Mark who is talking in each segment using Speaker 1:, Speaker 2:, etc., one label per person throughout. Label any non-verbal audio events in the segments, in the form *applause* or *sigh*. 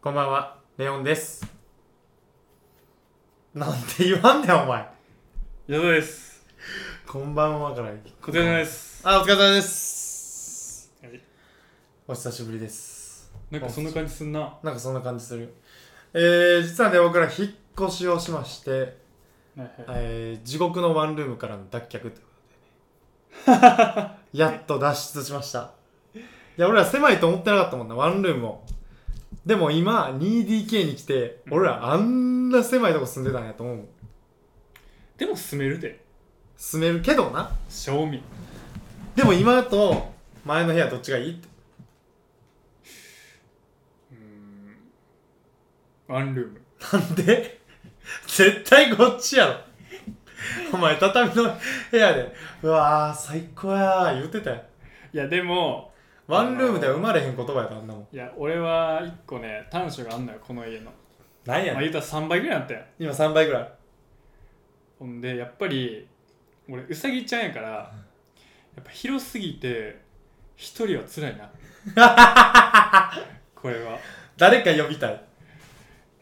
Speaker 1: こんばんは、レオンです。なんて言わんねん、お前。
Speaker 2: 矢田です。
Speaker 1: こんばんはから。
Speaker 2: 小手山です。
Speaker 1: あ、お疲れ様です。
Speaker 2: はい
Speaker 1: お久しぶりです。
Speaker 2: なんかそんな感じすんな。
Speaker 1: なんかそんな感じする。えー、実はね、僕ら引っ越しをしまして、えー、地獄のワンルームからの脱却ということでね。やっと脱出しました。いや、俺ら狭いと思ってなかったもんな、ワンルームも。でも今、2DK に来て、俺らあんな狭いとこ住んでたんやと思うもん。
Speaker 2: でも進めるで。
Speaker 1: 住めるけどな。
Speaker 2: 賞味。
Speaker 1: でも今と前の部屋どっちがいいって
Speaker 2: うーん。ワンルーム。
Speaker 1: なんで絶対こっちやろお前畳の部屋でうわー最高やー言ってたよ
Speaker 2: いやでも、
Speaker 1: ワンルームでは生まれへん言葉やったあんなもん
Speaker 2: いや俺は一個ね、短所があんのよ、この家の。
Speaker 1: なんや
Speaker 2: まあ
Speaker 1: ね
Speaker 2: 言
Speaker 1: ん
Speaker 2: うたら3倍ぐらいあったやん。
Speaker 1: 今3倍ぐらい
Speaker 2: ほんで、やっぱり、俺、うさぎちゃんやから、やっぱ広すぎて、一人は辛 *laughs* いな。これは。
Speaker 1: 誰か呼びたい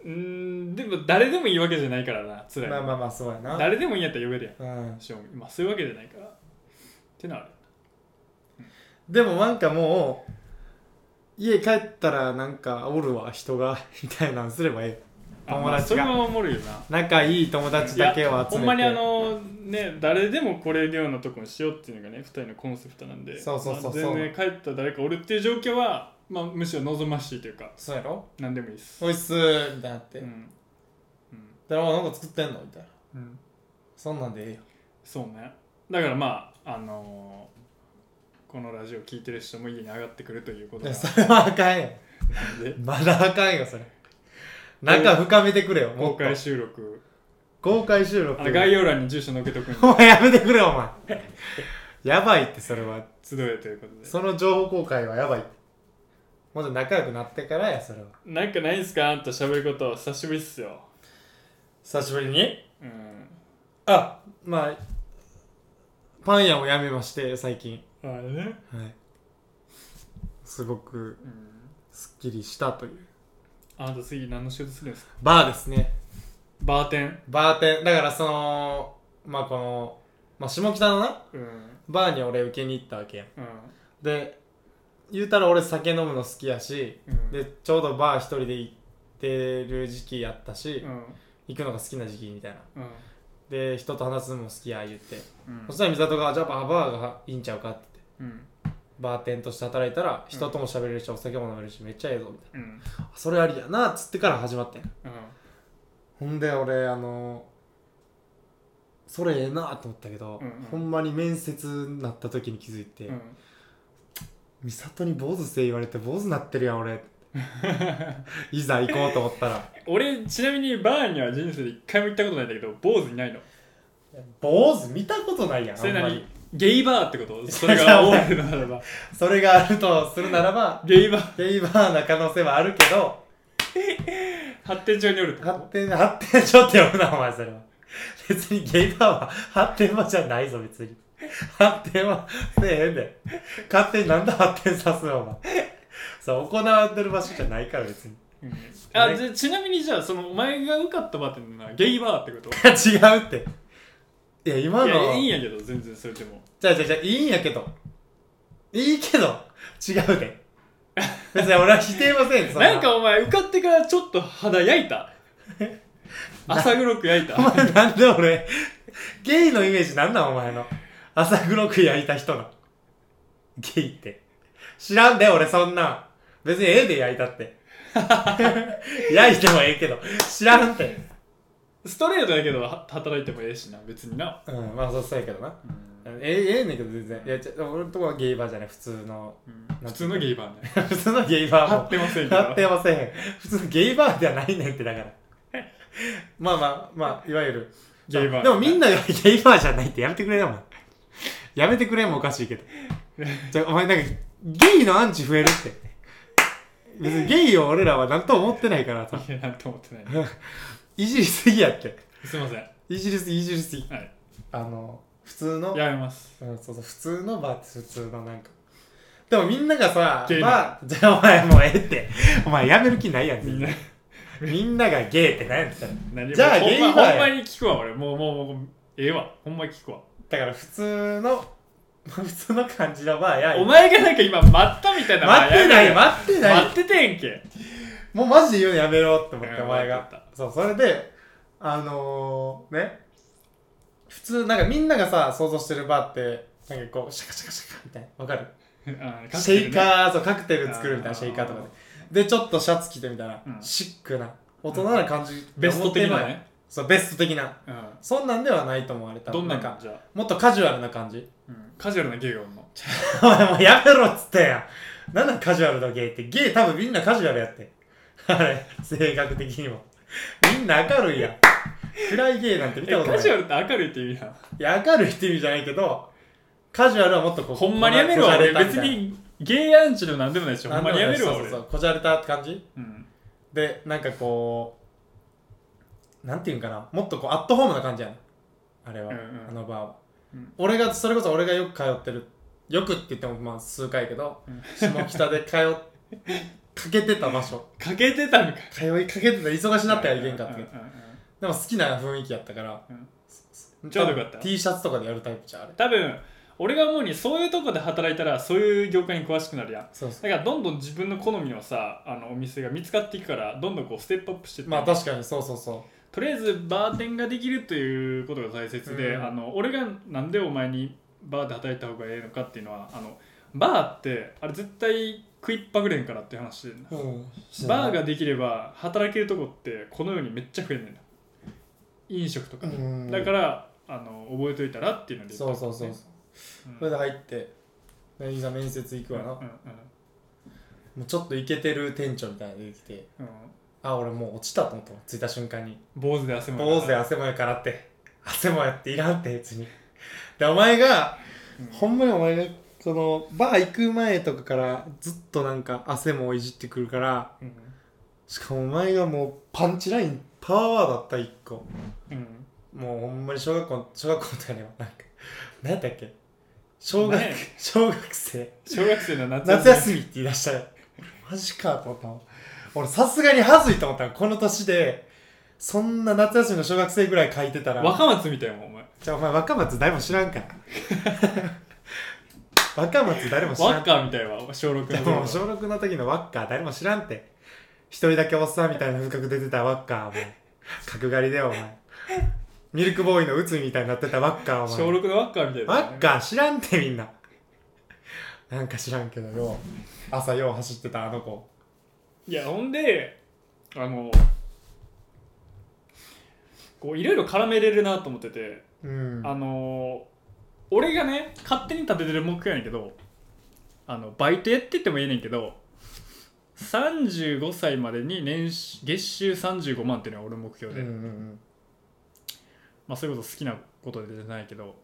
Speaker 1: う
Speaker 2: ーん、でも誰でもいいわけじゃないからな、辛い
Speaker 1: まあ
Speaker 2: な。
Speaker 1: まあまあそうやな
Speaker 2: 誰でもいいんやったら呼べるやん。
Speaker 1: うん
Speaker 2: 賞味。まあそういうわけじゃないから。ってなる。
Speaker 1: でもなんかもう家帰ったらなんかおるわ人がみたいなんすればええ
Speaker 2: あ
Speaker 1: 友
Speaker 2: まあ
Speaker 1: 達
Speaker 2: それ
Speaker 1: が
Speaker 2: はおもろいよな
Speaker 1: 仲いい友達だけを集めて
Speaker 2: ほんまにあのね誰でも来れるようなとこにしようっていうのがね2人のコンセプトなんで
Speaker 1: そうそうそうそう
Speaker 2: まあ全然帰ったら誰かおるっていう状況は、まあ、むしろ望ましいというか
Speaker 1: そうやろ
Speaker 2: 何でもいいです
Speaker 1: おいっすーみたいになって、
Speaker 2: うん、
Speaker 1: だからなんか作ってんのみたいな
Speaker 2: うんうん、
Speaker 1: そんなんでええよ
Speaker 2: そうねだからまああのーこのラジオ聞いてる人も家に上がってくるということ
Speaker 1: い
Speaker 2: な
Speaker 1: や
Speaker 2: んで
Speaker 1: それはあかんよまだあかんよそれ仲深めてくれよも
Speaker 2: 公
Speaker 1: っと
Speaker 2: 開収録
Speaker 1: 公開収録
Speaker 2: あの概要欄に住所載っけとくんで
Speaker 1: お前やめてくれよお前やばいってそれは
Speaker 2: 集えということで
Speaker 1: その情報公開はやばいもっと仲良くなってからやそれは
Speaker 2: なんかないんすかあんた喋ること久しぶりっすよ
Speaker 1: 久しぶりに
Speaker 2: うん
Speaker 1: あまあパン屋をやめまして最近
Speaker 2: あれね
Speaker 1: はいすごく
Speaker 2: うん
Speaker 1: すっきりしたという
Speaker 2: あなた次何の仕事するんですか
Speaker 1: バーですね
Speaker 2: バーテン
Speaker 1: バーテンだからそのまあこの、まあ、下北のな
Speaker 2: うん
Speaker 1: バーに俺受けに行ったわけやん
Speaker 2: うん
Speaker 1: で言うたら俺酒飲むの好きやし
Speaker 2: うん
Speaker 1: でちょうどバー一人で行ってる時期やったし、
Speaker 2: うん
Speaker 1: 行くのが好きな時期みたいな
Speaker 2: うん
Speaker 1: で人と話すのも好きや言って、
Speaker 2: うん
Speaker 1: そしたら美里が「じゃあバーバーがいいんちゃうか」って言って
Speaker 2: うん
Speaker 1: バーテンとして働いたら人とも喋れるし、お酒も飲めるしめっちゃええぞみたい
Speaker 2: うん
Speaker 1: なそれありやなっつってから始まってんほんで俺あのそれええなと思ったけど、
Speaker 2: うんうん
Speaker 1: ほんまに面接になった時に気づいて、
Speaker 2: うん
Speaker 1: 美里に坊主せえ言われて坊主なってるやん
Speaker 2: *laughs*
Speaker 1: 俺いざ行こうと思ったら
Speaker 2: 俺ちなみにバーには人生で一回も行ったことないんだけど坊主いないの
Speaker 1: 坊主見たことないやん
Speaker 2: それ
Speaker 1: あんま
Speaker 2: 何
Speaker 1: り
Speaker 2: ゲイバーってことそれが多いのならば
Speaker 1: それがあるとするなら
Speaker 2: *laughs*
Speaker 1: ば
Speaker 2: ゲイバー
Speaker 1: ゲイバーな可能性はあるけど
Speaker 2: 発展中におるってこ
Speaker 1: 発
Speaker 2: と
Speaker 1: 展発展所って呼ぶなお前それは別にゲイバーは発展場じゃないぞ別に発展はせえへんで勝手になんで発展さすのお前そう行われてる場所じゃないから別に
Speaker 2: うんあじゃあちなみにじゃあそのお前が受かったバーテンはゲイバーってこと
Speaker 1: いや違うっていや今の
Speaker 2: いやいいんやけど全然それでも
Speaker 1: じゃあじゃあじゃあいいんやけど。いいけど、違うで。別に俺は否定はせんそ
Speaker 2: なん、かお前受かってからちょっと肌焼いた
Speaker 1: *laughs*
Speaker 2: 朝黒く焼いた
Speaker 1: お前なんで俺、ゲイのイメージなんなんお前の。朝黒く焼いた人の。ゲイって。知らんで俺そんなん。別にええで焼いたって。 *laughs* 焼いてもええけど、知らんて。
Speaker 2: ストレートやけどは働いてもええしな別にな、
Speaker 1: うん、まあそうそうやけどな。
Speaker 2: うん
Speaker 1: ええ、ええねんけど全然。いや、ちょ俺のとこはゲイバーじゃない、普通の。 *laughs*
Speaker 2: 普通のゲイバーね
Speaker 1: 普通のゲイバー
Speaker 2: 張
Speaker 1: も
Speaker 2: っ。てませんけど
Speaker 1: なってません普通ゲイバーではないねんってだからまあまあまあいわゆる
Speaker 2: ゲイバー
Speaker 1: でもみんながゲイバーじゃないってやめてくれよお前やめてくれもおかしいけどじゃあお前なんかゲイのアンチ増えるって別にゲイを俺らは何とも思ってないからさ
Speaker 2: いやなんと思ってない
Speaker 1: いじりすぎやって
Speaker 2: すいませんはい
Speaker 1: じりすぎいじりすぎあの普通の
Speaker 2: いやめます
Speaker 1: うん、そうそう普通のバーって普通のなんかでもみんながさ
Speaker 2: ゲイ、な
Speaker 1: まあ、じゃあお前もうええって。お前やめる気ないやん。
Speaker 2: みんな
Speaker 1: みんながゲイって何やってたの
Speaker 2: 何
Speaker 1: じゃあ
Speaker 2: もうほんま
Speaker 1: ゲイバーや
Speaker 2: ほんまに聞くわ俺もうもうもうええわほんまに聞くわ
Speaker 1: だから普通の、 *laughs* 普通の感じのバーや。
Speaker 2: お前がなんか今待ったみたいな
Speaker 1: 待ってない、
Speaker 2: 待っ
Speaker 1: 待って
Speaker 2: て
Speaker 1: ない。
Speaker 2: 待っててんけ
Speaker 1: もうマジで言うのやめろって思って、
Speaker 2: うん
Speaker 1: お前
Speaker 2: わ
Speaker 1: が
Speaker 2: かっ。
Speaker 1: そう、それで、あのー、ね。普通、なんかみんながさ、想像してるバーって、なんかこう、シャカシャカシャカみたいな。わかる
Speaker 2: うん
Speaker 1: シェイカ
Speaker 2: カクテル
Speaker 1: ー、そう、カクテル
Speaker 2: ね
Speaker 1: 作るみたいな、
Speaker 2: あー
Speaker 1: シェイカーとかで。で、ちょっとシャツ着てみたら、
Speaker 2: うん
Speaker 1: シックな、大人な感じ、
Speaker 2: ベスト的な
Speaker 1: 思ってい
Speaker 2: ね
Speaker 1: そう、ベスト的な。
Speaker 2: うん
Speaker 1: そんなんではないと思われた。
Speaker 2: どんな
Speaker 1: か
Speaker 2: か、じゃあ
Speaker 1: もっとカジュアルな感じ。
Speaker 2: うんカジュアルなゲイがおんの
Speaker 1: *laughs* お前もうやめろっつったやん。なんなんカジュアルだゲイって。ゲイ多分みんなカジュアルやって。 *laughs* あれ、性格的にも。みんな明るいやん。暗いゲイなんて見た
Speaker 2: え
Speaker 1: こと
Speaker 2: カ
Speaker 1: ない。
Speaker 2: ジュア
Speaker 1: い
Speaker 2: ルって明るいって意味や
Speaker 1: や、明るいって意味じゃないけど、カジュアルはもっとこう、
Speaker 2: ほんまにやめるわ
Speaker 1: こじゃ
Speaker 2: 俺
Speaker 1: れたみたい
Speaker 2: 別
Speaker 1: な
Speaker 2: にゲイアンチでもなんでもないしほんまにやめるわ
Speaker 1: そうそ
Speaker 2: 俺
Speaker 1: うそうこじゃれたって感じ
Speaker 2: うん
Speaker 1: でなんかこうなんていうんかなもっとこうアットホームな感じやんあれは、
Speaker 2: うんうん
Speaker 1: あのバーは、
Speaker 2: うん
Speaker 1: 俺がそれこそ俺がよく通ってるよくって言ってもまあ数回やけど
Speaker 2: うん
Speaker 1: 下北で通っかけてた場所
Speaker 2: かけてたんか
Speaker 1: 通いかけてた忙しなったらいけんかったけど
Speaker 2: うんうんうんうん
Speaker 1: でも好きな雰囲気やったから、
Speaker 2: うん
Speaker 1: 多分
Speaker 2: ちょうどよかった
Speaker 1: T シャツとかでやるタイプじゃんあれ
Speaker 2: 多分俺が思うにそういうとこで働いたらそういう業界に詳しくなるやん
Speaker 1: そうそう
Speaker 2: だからどんどん自分の好みのさあのお店が見つかっていくからどんどんこうステップアップしてって、
Speaker 1: まあ確かにそうそうそ
Speaker 2: とりあえずバーテンができるということが大切で、
Speaker 1: うん
Speaker 2: あの俺がなんでお前にバーで働いた方がええのかっていうのはあのバーってあれ絶対食いっぱぐれんからっていう話してんな
Speaker 1: う、うん、
Speaker 2: バーができれば働けるとこってこのようにめっちゃ増えんねんな飲食とか、
Speaker 1: うん
Speaker 2: だからあの覚えといたらっていうので言
Speaker 1: そ
Speaker 2: っ
Speaker 1: う
Speaker 2: たか
Speaker 1: そう
Speaker 2: らね
Speaker 1: そうそう
Speaker 2: うん
Speaker 1: それで入ってでいざ面接行くわな、
Speaker 2: うんうん
Speaker 1: もうちょっとイケてる店長みたいなの出てきて
Speaker 2: うん
Speaker 1: あ俺もう落ちたと思った着いた瞬間に
Speaker 2: 坊主で汗もかいた
Speaker 1: 坊主で汗もやからって汗もやっていらんって別にでお前が、
Speaker 2: うん
Speaker 1: ほんまにお前がそのバー行く前とかからずっとなんか汗もいじってくるから
Speaker 2: うん
Speaker 1: しかもお前がもうパンチラインパワーだった一個
Speaker 2: うん
Speaker 1: もうほんまに小学校小学校の時にはなんか何やったっけ小学
Speaker 2: 何やねん
Speaker 1: 小学生
Speaker 2: 小学生の夏
Speaker 1: 夏休みって言い出したよマジかと思ったの俺さすがに恥ずいと思ったのこの年でそんな夏休みの小学生ぐらい書いてたら
Speaker 2: 若松みたいやもんお前
Speaker 1: じゃあお前若松誰も知らんから *laughs* 若松誰も知
Speaker 2: ワ
Speaker 1: ら
Speaker 2: ッ
Speaker 1: ん
Speaker 2: カーみたいわ小6
Speaker 1: で
Speaker 2: の
Speaker 1: も
Speaker 2: 頃
Speaker 1: 小6の時のワッカー誰も知らんって一人だけおっさんみたいな風格出てたワッカーお前角刈りだよお前ミルクボーイの内海みたいになってたワッカーお前
Speaker 2: 小6のワッカーみたいだ
Speaker 1: マ
Speaker 2: よね
Speaker 1: ッカー知らんってみんななんか知らんけどよう朝よう走ってたあの子
Speaker 2: いやほんであのこういろいろ絡めれるなと思ってて
Speaker 1: うん
Speaker 2: あの俺がね勝手に立ててる目標やねんけどあのバイトやっててもいいねんけど35歳までに年収月収35万っていうのが俺の目標
Speaker 1: うんう
Speaker 2: で、
Speaker 1: んうん
Speaker 2: まあ、それこそ好きなことでじゃないけど、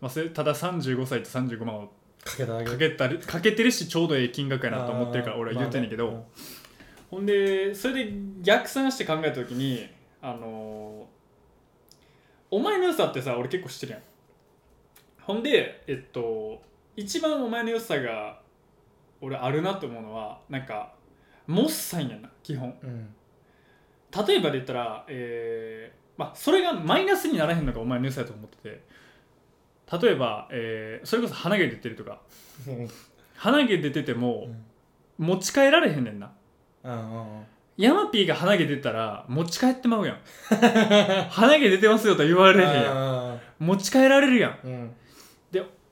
Speaker 2: まあ、それただ35歳と35万を
Speaker 1: かけただけ
Speaker 2: かけたりかけてるしちょうどええ金額やなと思ってるから俺は言ってんねんけど、ほんでそれで逆算して考えた時にあのーお前の良さってさ俺結構知ってるやんほんでえっと一番お前の良さが俺あるなと思うのはなんかもっさいやんな基本
Speaker 1: うん、うん
Speaker 2: 例えばで言ったら、えーまあ、それがマイナスにならへんのがお前の良さやと思ってて例えば、えーそれこそ鼻毛出てるとか
Speaker 1: うん
Speaker 2: 鼻毛出てても持ち帰られへんねんな
Speaker 1: うん
Speaker 2: ヤマピーが鼻毛出たら持ち帰ってまうやん鼻毛出てますよとは言われへんやん持ち帰られるやん
Speaker 1: うんうん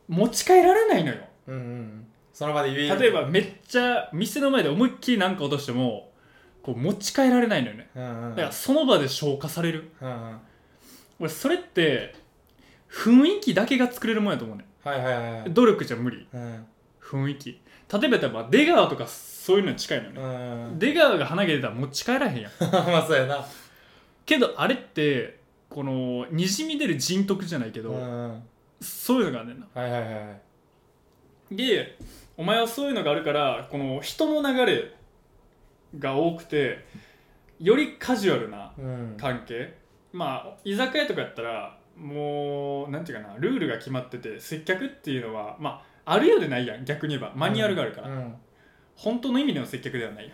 Speaker 2: 持ち帰られないのよ
Speaker 1: うんうんその場で言える
Speaker 2: 例えばめっちゃ店の前で思いっきり何か落としてもこう持ち帰られないのよね
Speaker 1: うんうん
Speaker 2: だからその場で消化される
Speaker 1: うんうん
Speaker 2: 俺それって雰囲気だけが作れるもんやと思うね
Speaker 1: はいはいはいはい
Speaker 2: 努力じゃ無理
Speaker 1: うん
Speaker 2: 雰囲気例えばやっぱ出川とかそういうのに近いのよ
Speaker 1: う
Speaker 2: ね
Speaker 1: ん
Speaker 2: 出川が鼻毛出たら持ち帰らへんやん
Speaker 1: まあそうやな
Speaker 2: けどあれってこのにじみ出る人徳じゃないけ
Speaker 1: う
Speaker 2: ど、
Speaker 1: んうん
Speaker 2: そういうのがあんねんな
Speaker 1: はいはいはいはい
Speaker 2: でお前はそういうのがあるからこの人の流れが多くてよりカジュアルな
Speaker 1: うん
Speaker 2: 関係まあ居酒屋とかやったらもうなんていうかなルールが決まってて接客っていうのはまああるようでないやん逆に言えばマニュアルがあるから、
Speaker 1: うん
Speaker 2: 本当の意味での接客ではないやん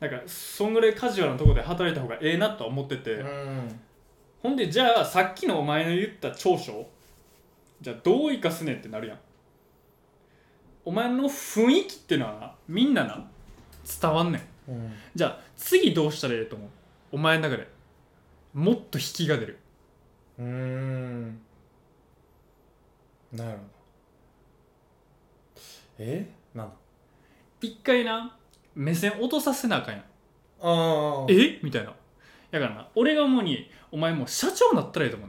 Speaker 2: だからそんぐらいカジュアルなところで働いた方がええなとは思ってて、
Speaker 1: うん
Speaker 2: ほんでじゃあさっきのお前の言った長所じゃあどう生かすねんってなるやんお前の雰囲気ってのはなみんなな伝わんねん
Speaker 1: うん
Speaker 2: じゃあ次どうしたらええと思うお前の中でもっと引きが出る
Speaker 1: うーんなるほどえなんだ
Speaker 2: 一回な目線落とさせなあかんやん
Speaker 1: あえ
Speaker 2: えみたいなだからな俺が思うにお前もう社長になったらええと思う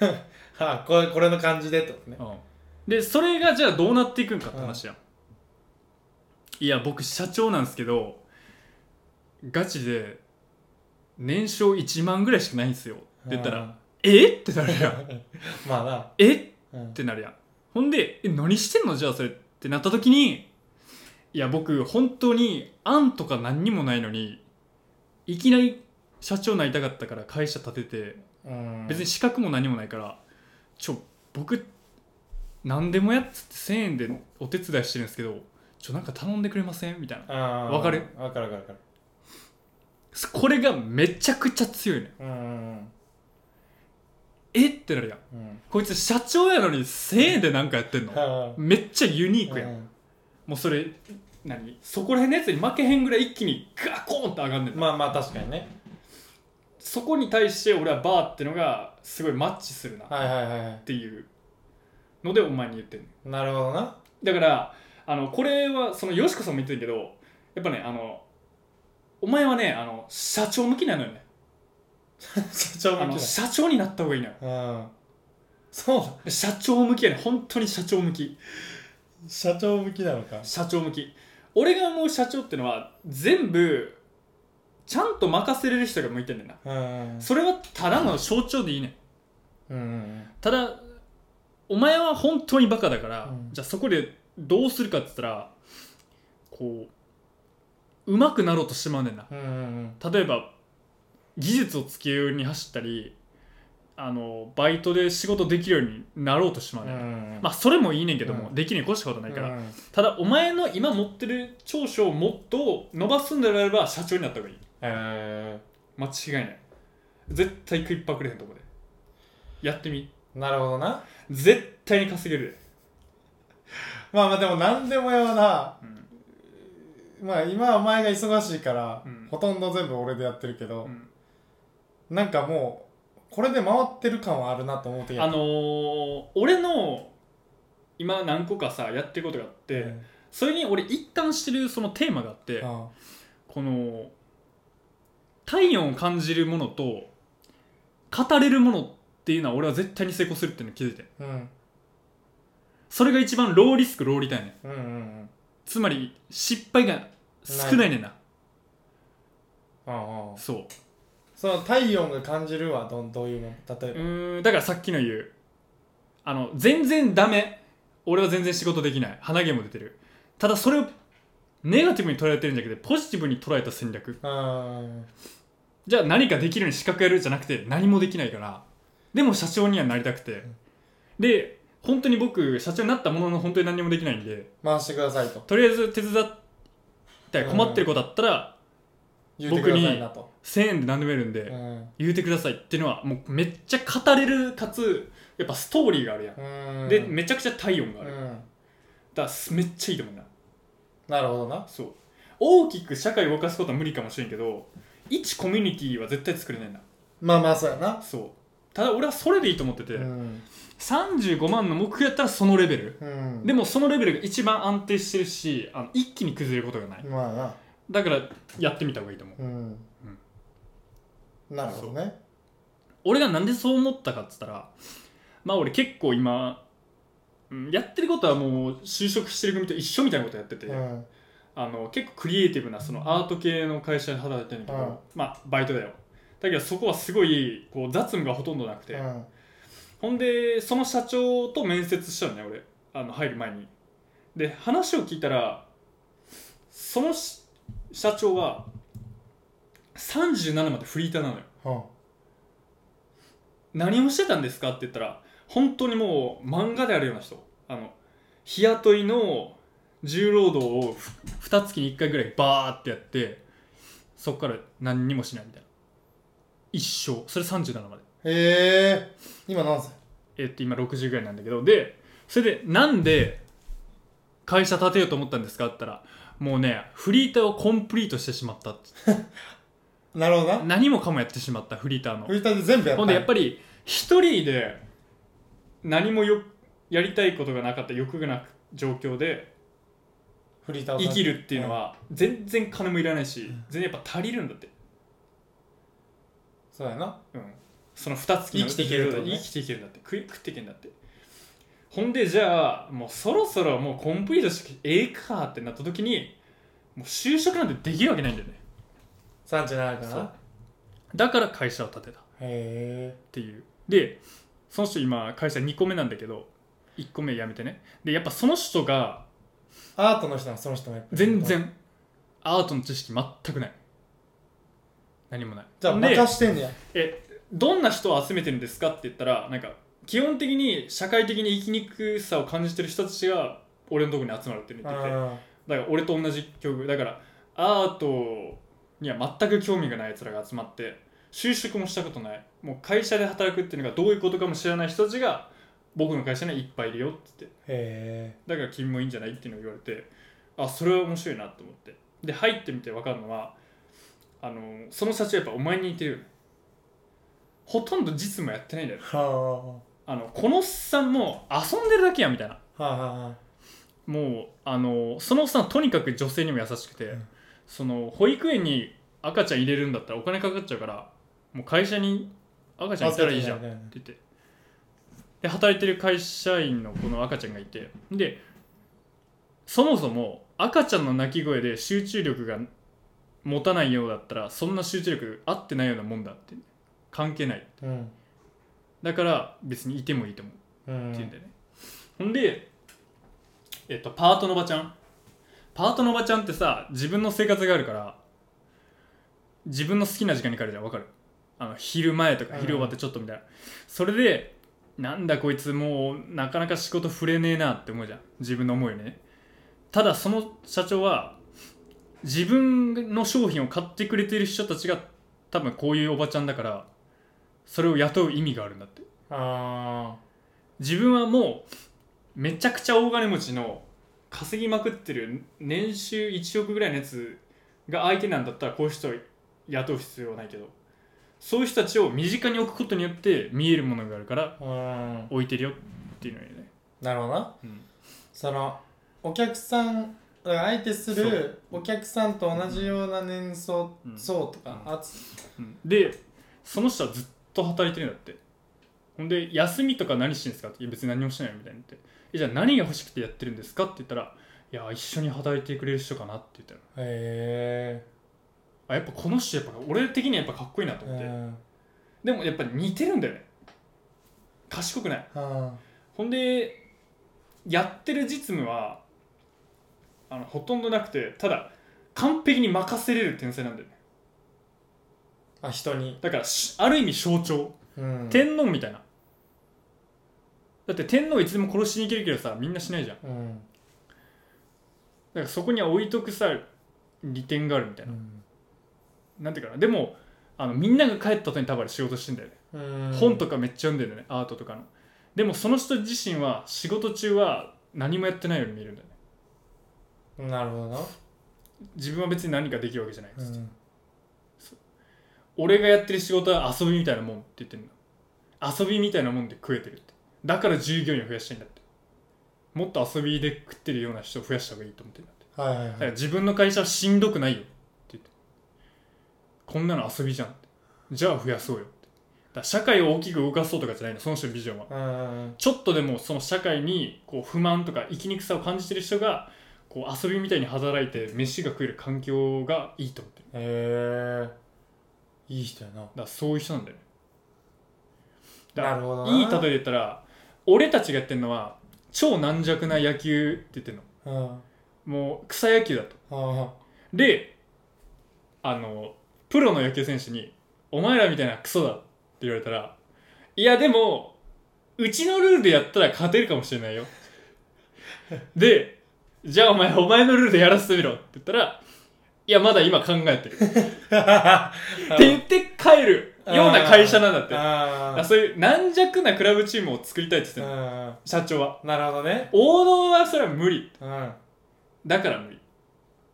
Speaker 2: ねん
Speaker 1: はあこれこれの感じでってことね
Speaker 2: うんでそれがじゃあどうなっていくんかって話やん、いや僕社長なんですけどガチで年商1万ぐらいしかないんですよって言ったら「
Speaker 1: うん *laughs*
Speaker 2: えっ?」てなるやん
Speaker 1: まあ
Speaker 2: 「えっ?」
Speaker 1: な、うん
Speaker 2: ってなるやんほんで「え何してんのじゃあそれ」ってなった時に「いや僕本当に案とか何にもないのにいきなり社長になりたかったから会社立てて
Speaker 1: うん、
Speaker 2: 別に資格も何もないからちょ僕何でもやっつって1000円でお手伝いしてるんですけどちょなんか頼んでくれませんみたいな
Speaker 1: あー
Speaker 2: わかる
Speaker 1: わかるわかるわかる
Speaker 2: すこれがめちゃくちゃ強いね
Speaker 1: うんうん
Speaker 2: えってなるやん
Speaker 1: うんうん
Speaker 2: こいつ社長やのに1000円でなんかやってんの
Speaker 1: はあ
Speaker 2: めっちゃユニークやん、
Speaker 1: うん
Speaker 2: もうそれ何そこら辺のやつに負けへんぐらい一気にガコーンって上がんねん、
Speaker 1: まあまあ確かにね
Speaker 2: そこに対して俺はバーってのがすごいマッチするなっ
Speaker 1: はいはいはいはい
Speaker 2: ていうのでお前に言ってんの
Speaker 1: なるほどな *laughs*
Speaker 2: だからあのこれはそのよしこさんも言ってるけどやっぱねあのお前はねあの社長向きなのよね
Speaker 1: 社長向
Speaker 2: あの
Speaker 1: き
Speaker 2: 社長になった方がいいのよ
Speaker 1: だうんそうだ
Speaker 2: 社長向きやね本当に社長向き
Speaker 1: 社長向きなのか
Speaker 2: 社長向き俺が思う社長ってのは全部ちゃんと任せれる人が向いてんねんな
Speaker 1: うん
Speaker 2: それはただの象徴でいいねん
Speaker 1: うんうん
Speaker 2: ただお前は本当にバカだから、
Speaker 1: うん
Speaker 2: じゃあそこでどうするかって言ったらこう上手くなろうとしてまうねんな
Speaker 1: うんうん
Speaker 2: 例えば技術をつけように走ったりあのバイトで仕事できるようになろうとしまう
Speaker 1: う
Speaker 2: ね、
Speaker 1: んうん
Speaker 2: まあそれもいいねんけども、
Speaker 1: うん
Speaker 2: できるに越したこと
Speaker 1: あ
Speaker 2: ないから、
Speaker 1: うん
Speaker 2: ただお前の今持ってる長所をもっと伸ばすんであれば社長になった方がいい
Speaker 1: え
Speaker 2: 間違いない絶対食いっぱくれへんとこでやってみ
Speaker 1: ー、なるほどな
Speaker 2: 絶対に稼げる
Speaker 1: まあまあでも何でもやわな
Speaker 2: で、うん
Speaker 1: まあ今はお前が忙しいから、
Speaker 2: うん
Speaker 1: ほとんど全部俺でやってるけど
Speaker 2: う、ん
Speaker 1: なんかもうこれで回ってる感はあるなと思うて
Speaker 2: あのー俺の今何個かさやってることがあって、
Speaker 1: うん
Speaker 2: それに俺一貫してるそのテーマがあって、
Speaker 1: うん
Speaker 2: この体温を感じるものと語れるものっていうのは俺は絶対に成功するっていうのに気づいて
Speaker 1: うん
Speaker 2: それが一番ローリスクローリターンねん
Speaker 1: うんうん
Speaker 2: つまり失敗が少ないねんな
Speaker 1: うんうん
Speaker 2: そう
Speaker 1: その体温が感じるはどんどういうもの例え
Speaker 2: う
Speaker 1: ば、
Speaker 2: ーんだからさっきの言うあの全然ダメ俺は全然仕事できない鼻毛も出てるただそれをネガティブに捉えてるんじゃなくてポジティブに捉えた戦略
Speaker 1: うん、
Speaker 2: じゃあ何かできるように資格やるじゃなくて何もできないからでも社長にはなりたくてで本当に僕社長になったものの本当に何もできないんで
Speaker 1: 回してくださいと
Speaker 2: とりあえず手伝って困ってる子だったら
Speaker 1: 言ってくださいなと、
Speaker 2: 1000円で何でもやるん
Speaker 1: う
Speaker 2: で
Speaker 1: ん
Speaker 2: 言うてくださいっていうのはもうめっちゃ語れるかつやっぱストーリーがあるやん
Speaker 1: うん、
Speaker 2: でめちゃくちゃ体温が
Speaker 1: う
Speaker 2: ある、だか
Speaker 1: ん、
Speaker 2: らすめっちゃいいと思うな
Speaker 1: なるほどな
Speaker 2: そう大きく社会を動かすことは無理かもしれんけど一コミュニティは絶対作れないな
Speaker 1: まあまあそうやな、
Speaker 2: そうただ俺はそれでいいと思ってて、
Speaker 1: うん
Speaker 2: 35万の目標やったらそのレベル
Speaker 1: うん、
Speaker 2: でもそのレベルが一番安定してるしあの一気に崩れることがない
Speaker 1: まあな
Speaker 2: だからやってみた方がいいと思う
Speaker 1: うん、なるほどね
Speaker 2: 俺がなんでそう思ったかっつったらまあ俺結構今うんやってることはもう就職してる組と一緒みたいなことやってて、
Speaker 1: うん
Speaker 2: あの結構クリエイティブなそのアート系の会社で働いてるんだけど、
Speaker 1: うん
Speaker 2: まあバイトだよだけどそこはすごいこう雑務がほとんどなくて、
Speaker 1: うん
Speaker 2: ほんでその社長と面接したのね俺あの入る前にで話を聞いたらそのし社長は37までフリーターなのよ
Speaker 1: うん
Speaker 2: 何をしてたんですかって言ったら本当にもう漫画であるような人あの日雇いの重労働をふ二月に1回ぐらいバーってやってそっから何にもしないみたいな一生それ37まで
Speaker 1: え今何歳
Speaker 2: えっと今60ぐらいなんだけどでそれでなんで会社建てようと思ったんですかって言ったらもうねフリーターをコンプリートしてしまったって
Speaker 1: なるほどな
Speaker 2: 何もかもやってしまったフリーターの
Speaker 1: フリーターで全部やった
Speaker 2: ほんでやっぱり一人で何もよやりたいことがなかった欲がなく状況で
Speaker 1: フリーターを
Speaker 2: 生きるっていうのは全然金もいらないし全然やっぱ足りるんだって、
Speaker 1: そうやな
Speaker 2: うん、その二月
Speaker 1: 生
Speaker 2: の
Speaker 1: きていけるってことね
Speaker 2: 生きていけるんだって食い食っていけるんだってほんでじゃあもうそろそろもうコンプリートしてええかってなった時にもう就職なんてできるわけないんだよね
Speaker 1: 37か
Speaker 2: そ
Speaker 1: な
Speaker 2: うだから会社を建てた
Speaker 1: へ
Speaker 2: っていうでその人今会社2個目なんだけど1個目辞めてねでやっぱその人が
Speaker 1: えアートの人はその人もやっぱり
Speaker 2: 全然アートの知識全くない何もない
Speaker 1: じゃあ
Speaker 2: で
Speaker 1: 任してんねや
Speaker 2: えどんな人を集めてるんですかって言ったらなんか基本的に社会的に生きにくさを感じてる人たちが俺のとこに集まるって言っててだか
Speaker 1: あ
Speaker 2: ら俺と同じ境遇だからアートには全く興味がない奴らが集まって就職もしたことないもう会社で働くっていうのがどういうことかも知らない人たちが僕の会社にはいっぱいいるよって言って
Speaker 1: へ
Speaker 2: だから君もいいんじゃないっていうのを言われてあそれは面白いなと思ってで入ってみて分かるのはあのその社長やっぱお前に似てるよねほとんど実務やってないんだよ
Speaker 1: えはあは
Speaker 2: あのこのおっさんも遊んでるだけやみたいな
Speaker 1: あはあはあ
Speaker 2: もうあのそのおっさんはとにかく女性にも優しくて、
Speaker 1: うん
Speaker 2: その保育園に赤ちゃん入れるんだったらお金かかっちゃうからもう会社に赤ちゃんいたらいいじゃん
Speaker 1: あそうだね
Speaker 2: って言ってで働いてる会社員のこの赤ちゃんがいてでそもそも赤ちゃんの泣き声で集中力が持たないようだったらそんな集中力合ってないようなもんだって関係ない
Speaker 1: うん
Speaker 2: だから別にいてもいいと思う
Speaker 1: うん
Speaker 2: って言うんだよね、ほんで、えっと、パートのおばちゃんパートのおばちゃんってさ自分の生活があるから自分の好きな時間に帰るじゃんわかるあの昼前とか
Speaker 1: うん
Speaker 2: 昼終わってちょっとみたいな、それでなんだこいつもうなかなか仕事触れねえなって思うじゃん自分の思うよねただその社長は自分の商品を買ってくれてる人たちが多分こういうおばちゃんだからそれを雇う意味があるんだって
Speaker 1: あ
Speaker 2: 自分はもうめちゃくちゃ大金持ちの稼ぎまくってる年収1億ぐらいのやつが相手なんだったらこういう人を雇う必要はないけどそういう人たちを身近に置くことによって見えるものがあるから
Speaker 1: あうん
Speaker 2: 置いてるよっていうのよね、
Speaker 1: なるほどな
Speaker 2: うん
Speaker 1: そのお客さんだから相手するお客さんと同じような年層
Speaker 2: うん
Speaker 1: 層とか、
Speaker 2: う
Speaker 1: あつ
Speaker 2: うんでその人はずっと働いてるんだってほんで休みとか何してるんですかっていや別に何もしてないよみたいになってえじゃあ何が欲しくてやってるんですかって言ったらいや一緒に働いてくれる人かなって言ったら
Speaker 1: へ
Speaker 2: あやっぱこの人やっぱ俺的にはやっぱかっこいいなと
Speaker 1: え
Speaker 2: 思って、
Speaker 1: うん
Speaker 2: でもやっぱり似てるんだよね賢くない
Speaker 1: うん
Speaker 2: ほんでやってる実務はあのほとんどなくてただ完璧に任せれる天才なんだよね
Speaker 1: あ人に、
Speaker 2: だからしある意味象徴、
Speaker 1: うん、
Speaker 2: 天皇みたいなだって天皇いつでも殺しに行けるけどさみんなしないじゃんだ
Speaker 1: うん、
Speaker 2: からそこには置いとくさ利点があるみたいな、なんていうかなでもあのみんなが帰った後に多分仕事してんだよね
Speaker 1: うん、
Speaker 2: 本とかめっちゃ読んでるんだよねアートとかのでもその人自身は仕事中は何もやってないように見えるんだよね
Speaker 1: なるほどな、
Speaker 2: 自分は別に何かできるわけじゃない、
Speaker 1: うん、
Speaker 2: 俺がやってる仕事は遊びみたいなもんって言ってるの遊びみたいなもんで食えてるってだから従業員を増やしたいんだってもっと遊びで食ってるような人を増やした方がいいと思ってるんだって
Speaker 1: はいはい
Speaker 2: だか
Speaker 1: は
Speaker 2: ら
Speaker 1: い
Speaker 2: 自分の会社はしんどくないよって言ってこんなの遊びじゃんってじゃあ増やそうよってだから社会を大きく動かそうとかじゃないのその人のビジョンは
Speaker 1: うん
Speaker 2: ちょっとでもその社会にこう不満とか生きにくさを感じてる人がこう遊びみたいに働いて飯が食える環境がいいと思ってる
Speaker 1: へえいい人やな
Speaker 2: だからそういう人なんだよねだから
Speaker 1: なるほどない
Speaker 2: い例えで言ったら俺たちがやってるのは超軟弱な野球って言ってるの
Speaker 1: うんは
Speaker 2: もう草野球だと
Speaker 1: あ
Speaker 2: *laughs*
Speaker 1: は
Speaker 2: であのプロの野球選手に「お前らみたいなクソだ」って言われたら
Speaker 1: *laughs*
Speaker 2: 「いやでもうちのルールでやったら勝てるかもしれないよ」でじゃあお前お前のルールでやらせてみろって言ったらいやまだ今考えてるって言って帰るような会社なんだってだか
Speaker 1: あ
Speaker 2: らそういう軟弱なクラブチームを作りたいって言って
Speaker 1: ー
Speaker 2: たの
Speaker 1: あ
Speaker 2: 社長は
Speaker 1: ーなるほどね
Speaker 2: 王道はそれは無理
Speaker 1: うんあ
Speaker 2: だから無理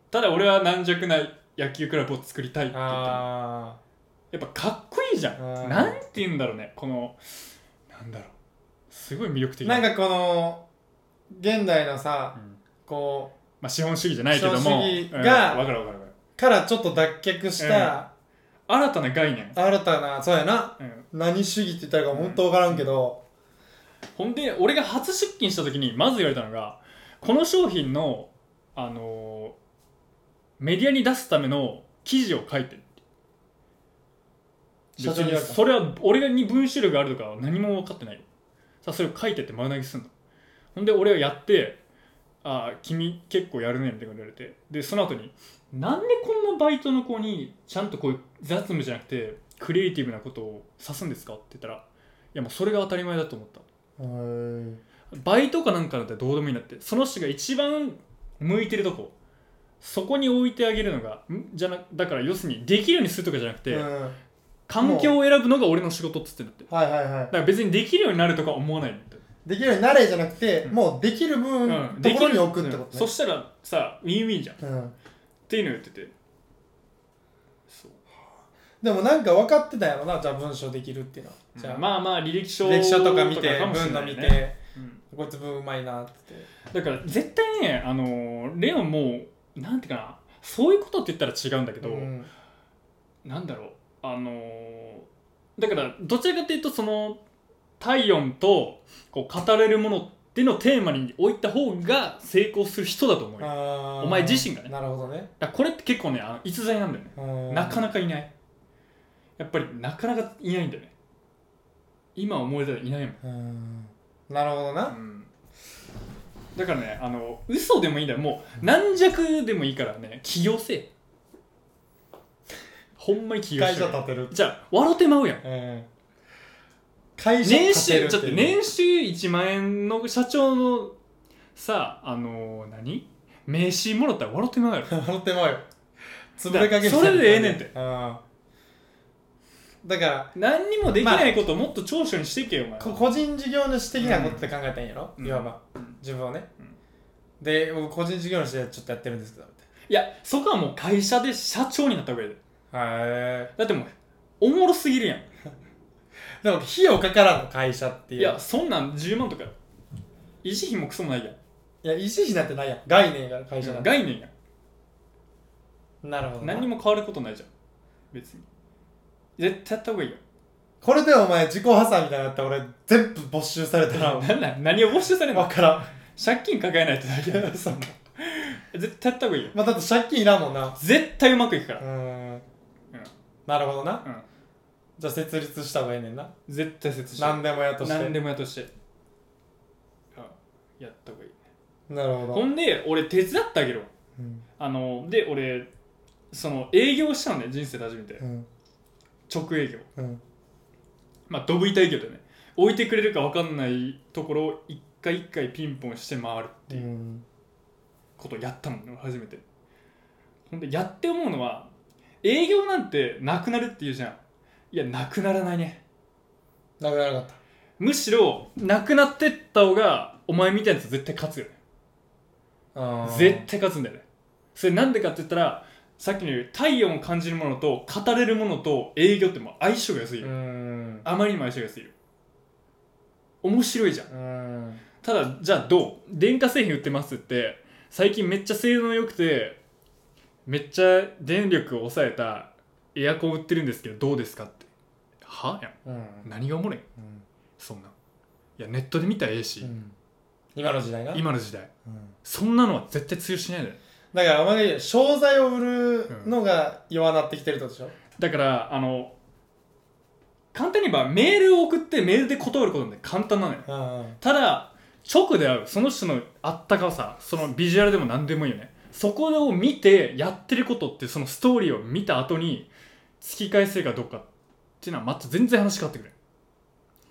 Speaker 2: ただ俺は軟弱な野球クラブを作りたいって言ったの
Speaker 1: あ
Speaker 2: やっぱかっこいいじゃ
Speaker 1: うん
Speaker 2: んなんて言うんだろうねこのなんだろうすごい魅力的
Speaker 1: なん
Speaker 2: か、
Speaker 1: かこの現代のさ
Speaker 2: うん
Speaker 1: こ
Speaker 2: まあ、資本主義じゃないけども
Speaker 1: 資本主義が
Speaker 2: うんわかるわかるわかる
Speaker 1: うからちょっと脱却した
Speaker 2: 新たな概念、
Speaker 1: 新たなそうやな
Speaker 2: うん、
Speaker 1: 何主義って言ったらいいか本当わからんけど
Speaker 2: ほんで俺が初出勤した時にまず言われたのがこの商品の、あのーメディアに出すための記事を書いて
Speaker 1: 社長に言われた
Speaker 2: それは俺に文集力があるとかは何も分かってないよさあそれを書いてって丸投げすんのほんで俺はやって「ああ君結構やるね」みたいなこと言われてでその後に「なんでこんなバイトの子にちゃんとこういう雑務じゃなくてクリエイティブなことを指すんですか?」って言ったら「いやもうそれが当たり前だと思った」
Speaker 1: うん
Speaker 2: バイトかなんかだったらどうでもいいんだってその人が一番向いてるとこそこに置いてあげるのがんじゃなだから要するにできるようにするとかじゃなくて、
Speaker 1: はい
Speaker 2: 環境を選ぶのが俺の仕事っつってんだってだ
Speaker 1: はいはい
Speaker 2: から別にできるようになるとかは思わないんだって
Speaker 1: できるようになれじゃなくて
Speaker 2: うん
Speaker 1: もうできる分
Speaker 2: うん
Speaker 1: と
Speaker 2: で
Speaker 1: こ
Speaker 2: き
Speaker 1: ろ
Speaker 2: る
Speaker 1: に置くってこと
Speaker 2: うん
Speaker 1: ね
Speaker 2: そしたらさウィンウィンじゃんっ
Speaker 1: うん
Speaker 2: ていうのを言っててそう
Speaker 1: でもなんか分かってたんやろなじゃあ文章できるっていうのはじ
Speaker 2: じゃ
Speaker 1: ゃ
Speaker 2: あ
Speaker 1: あ
Speaker 2: まあまあ履歴書
Speaker 1: 歴史書とか見て
Speaker 2: とかもしれ
Speaker 1: 文
Speaker 2: な
Speaker 1: の
Speaker 2: いね
Speaker 1: 見て
Speaker 2: うん
Speaker 1: こいつ文うまいなって
Speaker 2: だから絶対ねあのーレオンもうなんていうかなそういうことって言ったら違うんだけど、
Speaker 1: うん
Speaker 2: なんだろうあのーだからどちらかというとその体温とこう語れるものっていうのをテーマに置いた方が成功する人だと思うよだか
Speaker 1: あー
Speaker 2: お前自身がね
Speaker 1: なるほどね
Speaker 2: らこれって結構ねあの逸材なんだよねなか
Speaker 1: な
Speaker 2: なかいないやっぱりなかなかいないんだよね今思い出たらいないもん、
Speaker 1: なるほどな
Speaker 2: うんだからねあの嘘でもいいんだよもう軟弱でもいいからね起業せ *laughs* えほんまに起業
Speaker 1: 会
Speaker 2: して
Speaker 1: 社
Speaker 2: くれ
Speaker 1: 立てる
Speaker 2: じゃあ笑ってまうやん
Speaker 1: うん会社
Speaker 2: 年
Speaker 1: 立てる
Speaker 2: 収ちょっと
Speaker 1: *laughs*
Speaker 2: 年収1万円の社長のさあの何名刺もらったら笑ってまうやろ
Speaker 1: 笑ってまうよ潰れかけみたいな
Speaker 2: それでええねんて
Speaker 1: うんだから
Speaker 2: 何にもできないことをもっと長所にしていけよお前
Speaker 1: こ個人事業主的なことって考えたんやろ
Speaker 2: うん
Speaker 1: いわば
Speaker 2: うん
Speaker 1: 自分をね
Speaker 2: うん
Speaker 1: で僕個人事業主でちょっとやってるんですけどみたい
Speaker 2: いやそこはもう会社で社長になった上で
Speaker 1: なへ
Speaker 2: だってもうおもろすぎるやん
Speaker 1: えでも費用かからんの会社っていう
Speaker 2: いやそんなん10万とかよ維持費もクソもないやん
Speaker 1: いや、維持費なんてないやん。概念が会社なんて。
Speaker 2: 概念やん
Speaker 1: なるほどな。
Speaker 2: 何にも変わることないじゃん別に絶対やった方がいいよ
Speaker 1: これでお前、自己破産みたいになって俺、全部没収されたら、わ
Speaker 2: なんなん何を募集されんの
Speaker 1: からん。
Speaker 2: 借金抱えないとだけだそん *laughs* な絶対やった方がいいよ
Speaker 1: まあ、だって借金いらんもんな。
Speaker 2: 絶対うまくいくか
Speaker 1: う
Speaker 2: ら、
Speaker 1: ーん。
Speaker 2: うん
Speaker 1: なるほどな。
Speaker 2: うん
Speaker 1: じゃあ、設立した方がいいねんな。
Speaker 2: 絶対説
Speaker 1: 何でもやとして。
Speaker 2: 何でもやっとしてうんやった方がいい
Speaker 1: なるほど
Speaker 2: ほ。んで俺手伝ってあげるわ
Speaker 1: うん。
Speaker 2: あので俺その営業したのね人生で初めて
Speaker 1: うん。
Speaker 2: 直営業
Speaker 1: うん。
Speaker 2: まあドブ板営業だよね置いてくれるか分かんないところを一回一回ピンポンして回るって
Speaker 1: う。
Speaker 2: いうんことをやったのね初めてほんでやって思うのは営業なんてなくなるっていうじゃんいやなくならないね
Speaker 1: なくならなかった。
Speaker 2: むしろなくなってった方がお前みたいなやつ絶対勝つよね
Speaker 1: あー
Speaker 2: 絶対勝つんだよねそれなんでかって言ったらさっきの言う体温を感じるものと語れるものと営業ってもう相性が安いよ、
Speaker 1: うーん。
Speaker 2: あまりにも相性が安いよ面白いじゃん
Speaker 1: うーん。
Speaker 2: ただじゃあどう電化製品売ってますって最近めっちゃ性能良くてめっちゃ電力を抑えたエアコン売ってるんですけどどうですかってはやん
Speaker 1: うん。
Speaker 2: 何がおもろいん
Speaker 1: うん
Speaker 2: そんなんいやネットで見たらええし、
Speaker 1: うん。今の時代な。
Speaker 2: 今の時代
Speaker 1: うん
Speaker 2: そんなのは絶対通用しないだよ
Speaker 1: だから、お前が言うよ商材を売るのが弱なってきてるってことでしょ。
Speaker 2: だからあの簡単に言えばメールを送ってメールで断ることなんて簡単なのよ
Speaker 1: うん。
Speaker 2: ただ直で会うその人のあったかさそのビジュアルでも何でもいいよねそこを見てやってることってそのストーリーを見た後に突き返せるかどうかっていうのはまた全然話変わってくる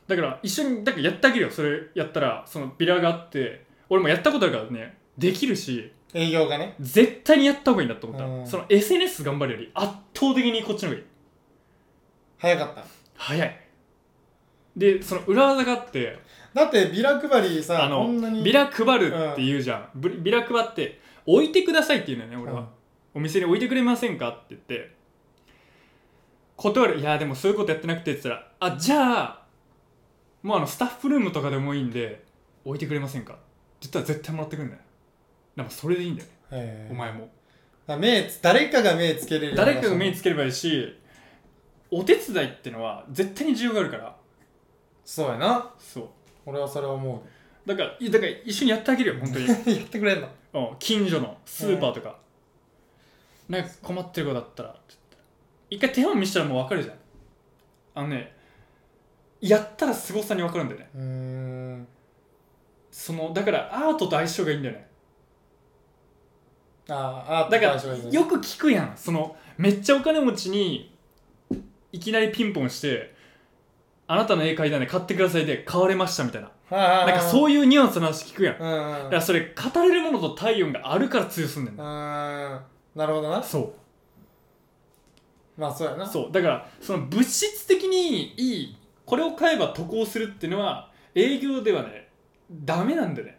Speaker 2: だから一緒にだからやってあげるよそれやったらそのビラがあって俺もやったことあるからねできるし
Speaker 1: 営業がね
Speaker 2: 絶対にやった方がいいなと思った、
Speaker 1: うん
Speaker 2: その SNS 頑張るより圧倒的にこっちの方がいい
Speaker 1: 早かった
Speaker 2: 早いでその裏技があって
Speaker 1: だってビラ配りさ
Speaker 2: あ
Speaker 1: こんな
Speaker 2: の
Speaker 1: に
Speaker 2: ビラ配るって言うじゃん、ぶビラ配って置いてくださいって言うのよね俺は、
Speaker 1: うん
Speaker 2: お店に置いてくれませんかって言って断るいやでもそういうことやってなくてって言ったらあじゃあもうあのスタッフルームとかでもいいんで置いてくれませんかって言ったら絶対もらってくんだよでもそれでいいんだよね、
Speaker 1: ええ
Speaker 2: お前も
Speaker 1: だ目つ誰かが目つけれる
Speaker 2: 誰かが目に
Speaker 1: つ
Speaker 2: つければいいしお手伝いってのは絶対に需要があるから
Speaker 1: そうやな
Speaker 2: そう
Speaker 1: 俺はそれ思
Speaker 2: だからいだから一 *laughs* 緒にやってあげるよ本当に
Speaker 1: うやってくれんの
Speaker 2: うん近所のスーパーとか、なんか困ってる子だったらって言ったら一回手本見せたらもう分かるじゃんあのねやったら凄さに分かるんだよね
Speaker 1: うーん
Speaker 2: そのだからアートと相性がいいんだよね
Speaker 1: あーあー
Speaker 2: だから
Speaker 1: 大丈夫
Speaker 2: よく聞くやんそのめっちゃお金持ちにいきなりピンポンして「あなたの絵描いたんで買ってください」で買われましたみたいな
Speaker 1: な
Speaker 2: なんかそう
Speaker 1: いう
Speaker 2: いうニュアンスの話聞くやんだ
Speaker 1: うんうんうん
Speaker 2: からそれ語れるものと体温があるから通用すんねん
Speaker 1: う
Speaker 2: な
Speaker 1: ーんなるほどな
Speaker 2: そう
Speaker 1: まあそうやな
Speaker 2: そうだからその物質的にいいこれを買えば渡航するっていうのは営業ではねダメなんだよね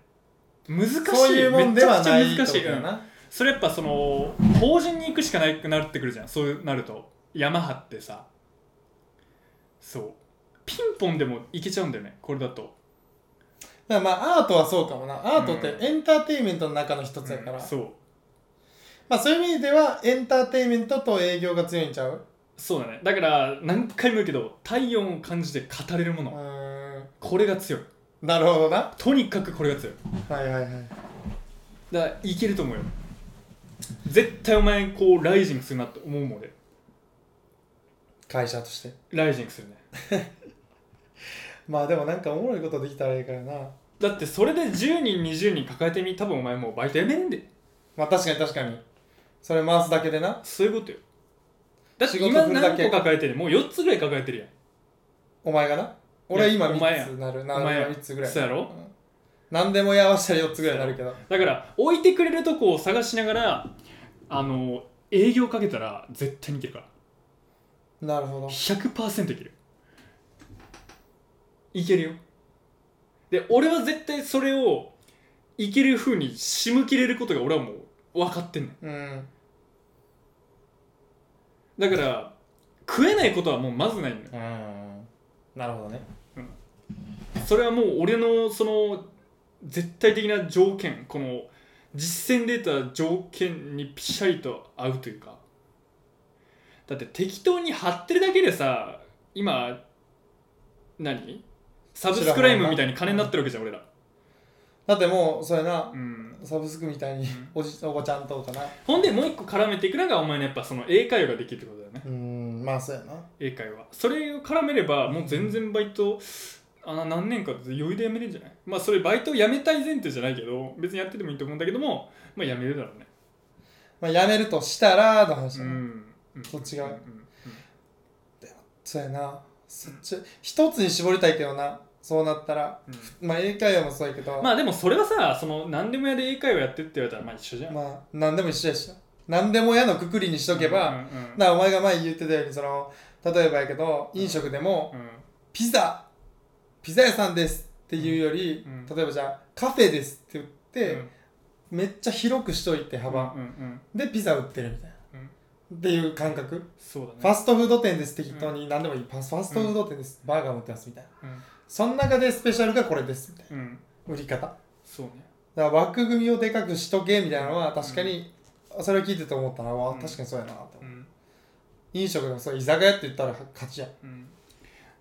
Speaker 2: 難しい
Speaker 1: そういうもんではない
Speaker 2: めちゃくちゃ難しい、
Speaker 1: よ
Speaker 2: うん
Speaker 1: な
Speaker 2: それやっぱその法人に行くしかないくなってくるじゃんそうなるとヤマハってさそうピンポンでもいけちゃうんだよねこれだと
Speaker 1: だからまあアートはそうかもなアートって
Speaker 2: うん
Speaker 1: エンターテインメントの中の一つやから、
Speaker 2: うんそう
Speaker 1: まあそういう意味ではエンターテインメントと営業が強いんちゃう
Speaker 2: そうだねだから何回も言うけど体温を感じて語れるも
Speaker 1: う
Speaker 2: の
Speaker 1: ーん
Speaker 2: これが強い
Speaker 1: なるほどな
Speaker 2: とにかくこれが強い
Speaker 1: はいはいはい
Speaker 2: だからいけると思うよ絶対お前こうライジングするなって思うもんで
Speaker 1: 会社として
Speaker 2: ライジングするね
Speaker 1: まあでもなんかおもろいことできたらいいからな
Speaker 2: だってそれで10人20人抱えてみ多分お前もうバイトやめるんで
Speaker 1: まあ確かに確かにそれ回すだけでな
Speaker 2: そういうことよだって
Speaker 1: 仕事
Speaker 2: 今
Speaker 1: 振るだ
Speaker 2: 何
Speaker 1: け
Speaker 2: 個抱えてるもう4つぐらい抱えてるやん
Speaker 1: お前がな俺今
Speaker 2: お前や
Speaker 1: 3つなるな
Speaker 2: お前や
Speaker 1: 3つぐらい
Speaker 2: そうやろ
Speaker 1: ん何でもやわしたら4つぐらいになるけど
Speaker 2: だから置いてくれるとこを探しながらあの営業かけたら絶対にいけるから
Speaker 1: なるほど
Speaker 2: 100%いけるいけるよで俺は絶対それをいける風に仕向けれることが俺はもう分かってんねん
Speaker 1: うん
Speaker 2: だから食えないことはもうまずないんだよ
Speaker 1: うんなるほどね
Speaker 2: それはもう俺のその絶対的な条件この実践で得た条件にピシャリと合うというかだって適当に貼ってるだけでさ今何サブスクライムみたいに金になってるわけじゃん俺ら
Speaker 1: だってもうそれな
Speaker 2: うん
Speaker 1: サブスクみたいに
Speaker 2: ん
Speaker 1: おじおばちゃんとかな
Speaker 2: ほんでもう一個絡めていくのがお前のやっぱその英会話ができるってことだよね
Speaker 1: うんまあそうやな
Speaker 2: 英会話それを絡めればもう全然バイトあ何年かで余裕で辞めれるんじゃないまあそれバイトを辞めたい前提じゃないけど別にやっててもいいと思うんだけどもまあ辞めるだろうね
Speaker 1: まあやめるとしたらの話
Speaker 2: う
Speaker 1: だな、
Speaker 2: んうん
Speaker 1: そっちが
Speaker 2: うんうん
Speaker 1: そうやなそっち一つに絞りたいけどなそうなったら
Speaker 2: うん
Speaker 1: まあ英会話もそうやけど、
Speaker 2: うんまあでもそれはさその何でも屋で英会話やってって言われたらまあ一緒じゃん、
Speaker 1: まあ何でも一緒やしな何でも嫌のくくりにしとけば、
Speaker 2: うんうんうん
Speaker 1: なお前が前言ってたようにその例えばやけど飲食でも
Speaker 2: う
Speaker 1: ピザピザ屋さんですっていうより、
Speaker 2: うん
Speaker 1: 例えばじゃあカフェですって言
Speaker 2: ん
Speaker 1: って、めっちゃ広くしといて幅
Speaker 2: うん、うんうん
Speaker 1: でピザ売ってるみたいな、っていう感覚、
Speaker 2: そう
Speaker 1: フ
Speaker 2: だ
Speaker 1: ァ
Speaker 2: ね
Speaker 1: ストフード店です適当に何でもいい、ファスファストフード店です、バーガー持ってますみたいな
Speaker 2: うん
Speaker 1: その中でスペシャルがこれですみたい
Speaker 2: うん
Speaker 1: な売り方
Speaker 2: そうね
Speaker 1: だから枠組みをでかくしとけみたいなのは確かに、それを聞いてて思ったな、わ
Speaker 2: うん
Speaker 1: 確かにそうやなと思う、
Speaker 2: うん
Speaker 1: 飲食でもそう居酒屋って言ったら勝ちや
Speaker 2: うん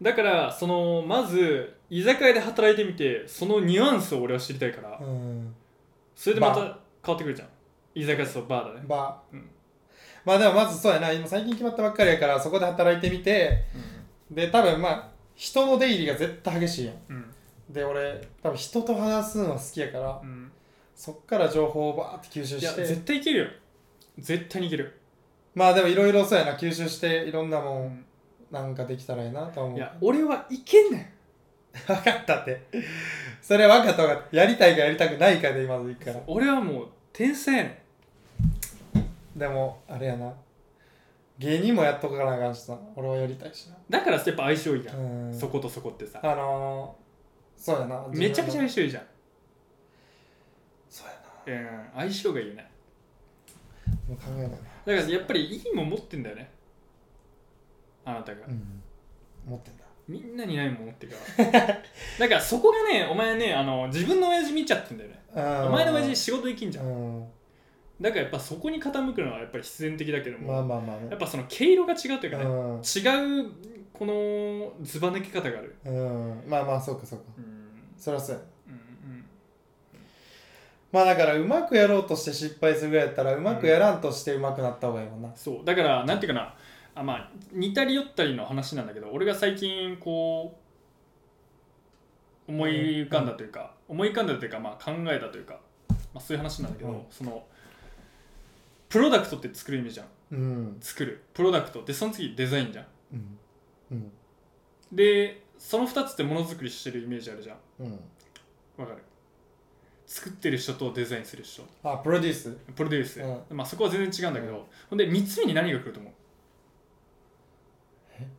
Speaker 2: だからそのまず居酒屋で働いてみてそのニュアンスを俺は知りたいから、
Speaker 1: うん
Speaker 2: それでまた
Speaker 1: バ
Speaker 2: 変わってくるじゃん居酒屋とバーだね
Speaker 1: まあ、
Speaker 2: うん
Speaker 1: まあでもまずそうやな今最近決まったばっかりやからそこで働いてみてで多分まあ人の出入りが絶対激しいやん
Speaker 2: うん
Speaker 1: で俺多分人と話すのは好きやから
Speaker 2: うん
Speaker 1: そっから情報をバーって吸収
Speaker 2: いや
Speaker 1: して
Speaker 2: 絶対いけるよ絶対にいける、
Speaker 1: まあでもいろいろそうやな吸収していろんなも
Speaker 2: うん
Speaker 1: なんかできたらいいなとは思う
Speaker 2: いや俺はいけんね
Speaker 1: *laughs* 分かったってそれ分かった分かったやりたいかやりたくないかで今のいくから
Speaker 2: 俺はもう天才やねん
Speaker 1: でもあれやな芸人もやっとかなあかんしさ俺はやりたいしな
Speaker 2: だからやっぱ相性いいやん、
Speaker 1: うん
Speaker 2: そことそこってさ
Speaker 1: あのー、そうやな
Speaker 2: めちゃくち
Speaker 1: 自
Speaker 2: ゃ
Speaker 1: 分の
Speaker 2: 相性いいじゃん、
Speaker 1: そうやな
Speaker 2: うん、相性がいいね
Speaker 1: もう考えない
Speaker 2: だからやっぱりいいもん持ってんだよねあなたが、
Speaker 1: うん持ってんだ
Speaker 2: みんなにないもん持ってるから *laughs* だからそこがねお前ねあの自分の親父見ちゃってんだよねお
Speaker 1: お
Speaker 2: 前の親父仕事できんじゃん
Speaker 1: うん
Speaker 2: だからやっぱそこに傾くのはやっぱり必然的だけども、
Speaker 1: まあまあまあ
Speaker 2: やっ
Speaker 1: ね
Speaker 2: ぱその毛色が違うというかね、
Speaker 1: うん
Speaker 2: 違うこのずば抜け方がある
Speaker 1: うんまあまあそうかそうか
Speaker 2: うん
Speaker 1: そりゃそうや
Speaker 2: うん
Speaker 1: まあだからうまくやろうとして失敗するぐらいやったらうまくやらんとしてうまくなった方がいいもんな
Speaker 2: そうだからなんていうかなあまあ似たり寄ったりの話なんだけど俺が最近こう思い浮かんだというか、思い浮かんだというか、まあ、考えたというか、まあ、そういう話なんだけど、
Speaker 1: うん
Speaker 2: そのプロダクトって作る意味じゃん
Speaker 1: うん
Speaker 2: 作るプロダクトでその次デザインじゃん
Speaker 1: うんうん
Speaker 2: でその2つってものづくりしてるイメージあるじゃん
Speaker 1: うん
Speaker 2: わかる作ってる人とデザインする人
Speaker 1: あプロデュース
Speaker 2: プロデュース、
Speaker 1: う
Speaker 2: まあ、そこは全然違うんだけど、ほんで3つ目に何が来ると思う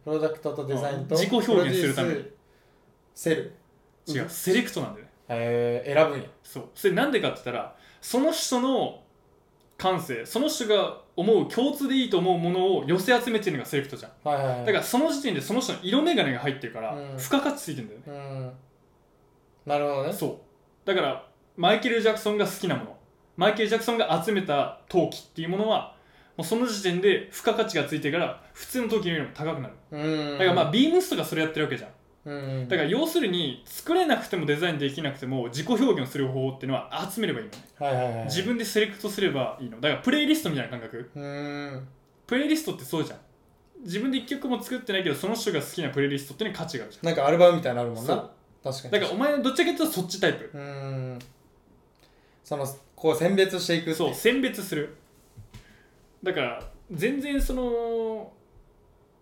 Speaker 1: プロダクトとデザインと
Speaker 2: 自己表現するために
Speaker 1: プロデュースセル
Speaker 2: 違う、セレクトなんだよね
Speaker 1: えー、選ぶんや
Speaker 2: そうそれなんでかって言ったらその人の感性その人が思う共通でいいと思うものを寄せ集めてるのがセレクトじゃん
Speaker 1: はいはいはい
Speaker 2: だからその時点でその人の色眼鏡が入ってるから
Speaker 1: うん
Speaker 2: 付加価値ついてるんだよ
Speaker 1: う
Speaker 2: ね、
Speaker 1: んなるほどね
Speaker 2: そうだからマイケル・ジャクソンが好きなものマイケル・ジャクソンが集めた陶器っていうものはもうその時点で付加価値がついてるから普通の陶器よりも高くなる
Speaker 1: うん
Speaker 2: だからまあビームスとかそれやってるわけじゃん
Speaker 1: うん
Speaker 2: だから要するに作れなくてもデザインできなくても自己表現をする方法っていうのは集めればいいのね
Speaker 1: はいはいはい
Speaker 2: 自分でセレクトすればいいのだからプレイリストみたいな感覚
Speaker 1: うん
Speaker 2: プレイリストってそうじゃん自分で1曲も作ってないけどその人が好きなプレイリストっていうのに価値があるじ
Speaker 1: なんかアルバムみたいなのある
Speaker 2: ゃ
Speaker 1: も
Speaker 2: ん
Speaker 1: ん
Speaker 2: そ
Speaker 1: な
Speaker 2: う
Speaker 1: 確かに
Speaker 2: だからお前どっちかというとそっちタイプ
Speaker 1: うんそのこう選別していくってい
Speaker 2: そう選別するだから全然その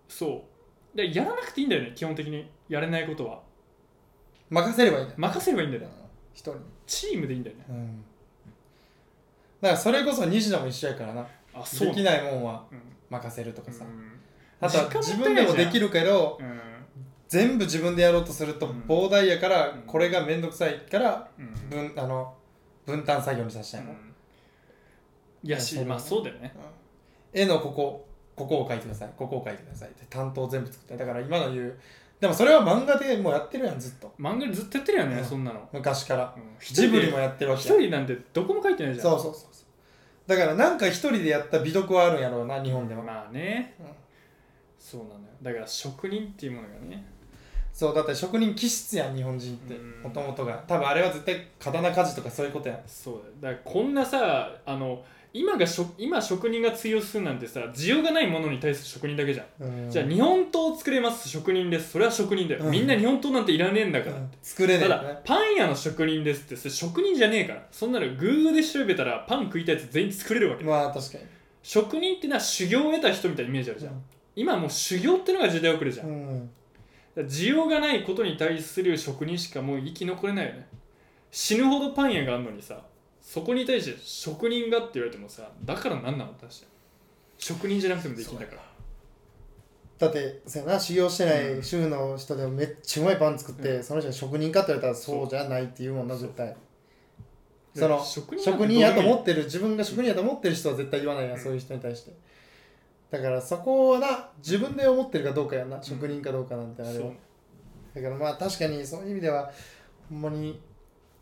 Speaker 2: そうでやらなくていいんだよね基本的にやれないことは
Speaker 1: 任せればいいんだよ
Speaker 2: 任せればいいんだよね
Speaker 1: 人に
Speaker 2: チームでいいんだよね
Speaker 1: うんだからそれこそ西野も一緒やからな
Speaker 2: あそ
Speaker 1: で
Speaker 2: うな
Speaker 1: き
Speaker 2: ん
Speaker 1: ないもんは
Speaker 2: うん
Speaker 1: 任せるとかさ、
Speaker 2: うん
Speaker 1: あとは
Speaker 2: 時
Speaker 1: 自
Speaker 2: 間
Speaker 1: 分
Speaker 2: もった
Speaker 1: で
Speaker 2: いないじ
Speaker 1: も
Speaker 2: ゃん
Speaker 1: できるけど
Speaker 2: うん
Speaker 1: 全部自分でやろうとすると
Speaker 2: うん
Speaker 1: 膨大やから、
Speaker 2: うん
Speaker 1: これが面倒くさいから
Speaker 2: うん
Speaker 1: 分あの分担作業にさせたいの、
Speaker 2: いやし
Speaker 1: いやそうだね
Speaker 2: まあそうだよね
Speaker 1: 絵のここここを描いてくださいここを描いてくださいって担当全部作ってだから今の言うでもそれは漫画でもうやってるやんずっと
Speaker 2: 漫画でずっとやってるよね、
Speaker 1: うん
Speaker 2: そんなの、
Speaker 1: 昔から
Speaker 2: うん
Speaker 1: ジブリもやってるわ
Speaker 2: 一
Speaker 1: けやん
Speaker 2: 人なんてどこも書いてないじゃん
Speaker 1: そうそうそうそうだからなんか一人でやった美徳はあるんやろうな日本では、
Speaker 2: まあね
Speaker 1: うん
Speaker 2: そうなのよだから職人っていうものがね
Speaker 1: そうだって職人気質やん日本人って
Speaker 2: うん
Speaker 1: もともとが多分あれは絶対刀鍛冶とかそういうことやん
Speaker 2: そうだよだからこんなさあの今がしょ今職人が通用するなんてさ需要がないものに対する職人だけじゃん、
Speaker 1: うん
Speaker 2: じゃあ日本刀を作れます職人ですそれは職人だよ、
Speaker 1: うん
Speaker 2: みんな日本刀なんていらねえんだから、
Speaker 1: うん作れねえ
Speaker 2: た
Speaker 1: よ
Speaker 2: だ
Speaker 1: ね
Speaker 2: パン屋の職人ですってそれ職人じゃねえからそんなのグーグルで調べたらパン食いたいやつ全員作れるわけ
Speaker 1: まあ確かに
Speaker 2: 職人ってのは修行を得た人みたいなイメージあるじゃん、今もう修行ってのが時代遅れじゃん、
Speaker 1: う
Speaker 2: だか
Speaker 1: ん
Speaker 2: ら需要がないことに対する職人しかもう生き残れないよね死ぬほどパン屋があるのにさそこに対して職人がって言われてもさだから何なのって話だよ職人じゃなくてもできるんだから
Speaker 1: だってそうやな修行してな
Speaker 2: う
Speaker 1: い
Speaker 2: ん
Speaker 1: 主婦の人でもめっちゃうまいパン作って、
Speaker 2: う
Speaker 1: その人が職人かって言われたらそうじゃないっていうもんな
Speaker 2: そう
Speaker 1: 絶対
Speaker 2: そ
Speaker 1: そ
Speaker 2: う
Speaker 1: の
Speaker 2: 職
Speaker 1: 職
Speaker 2: 人
Speaker 1: 人
Speaker 2: なんてど
Speaker 1: や
Speaker 2: ういう
Speaker 1: と思ってる自分が職人やと思ってる人は絶対言わないや、
Speaker 2: うん
Speaker 1: ん、そういう人に対してだからそこはな自分で思ってるかどうかやな、職人かどうかなんてあれは
Speaker 2: そう
Speaker 1: だからまあ確かにそういう意味ではほんまに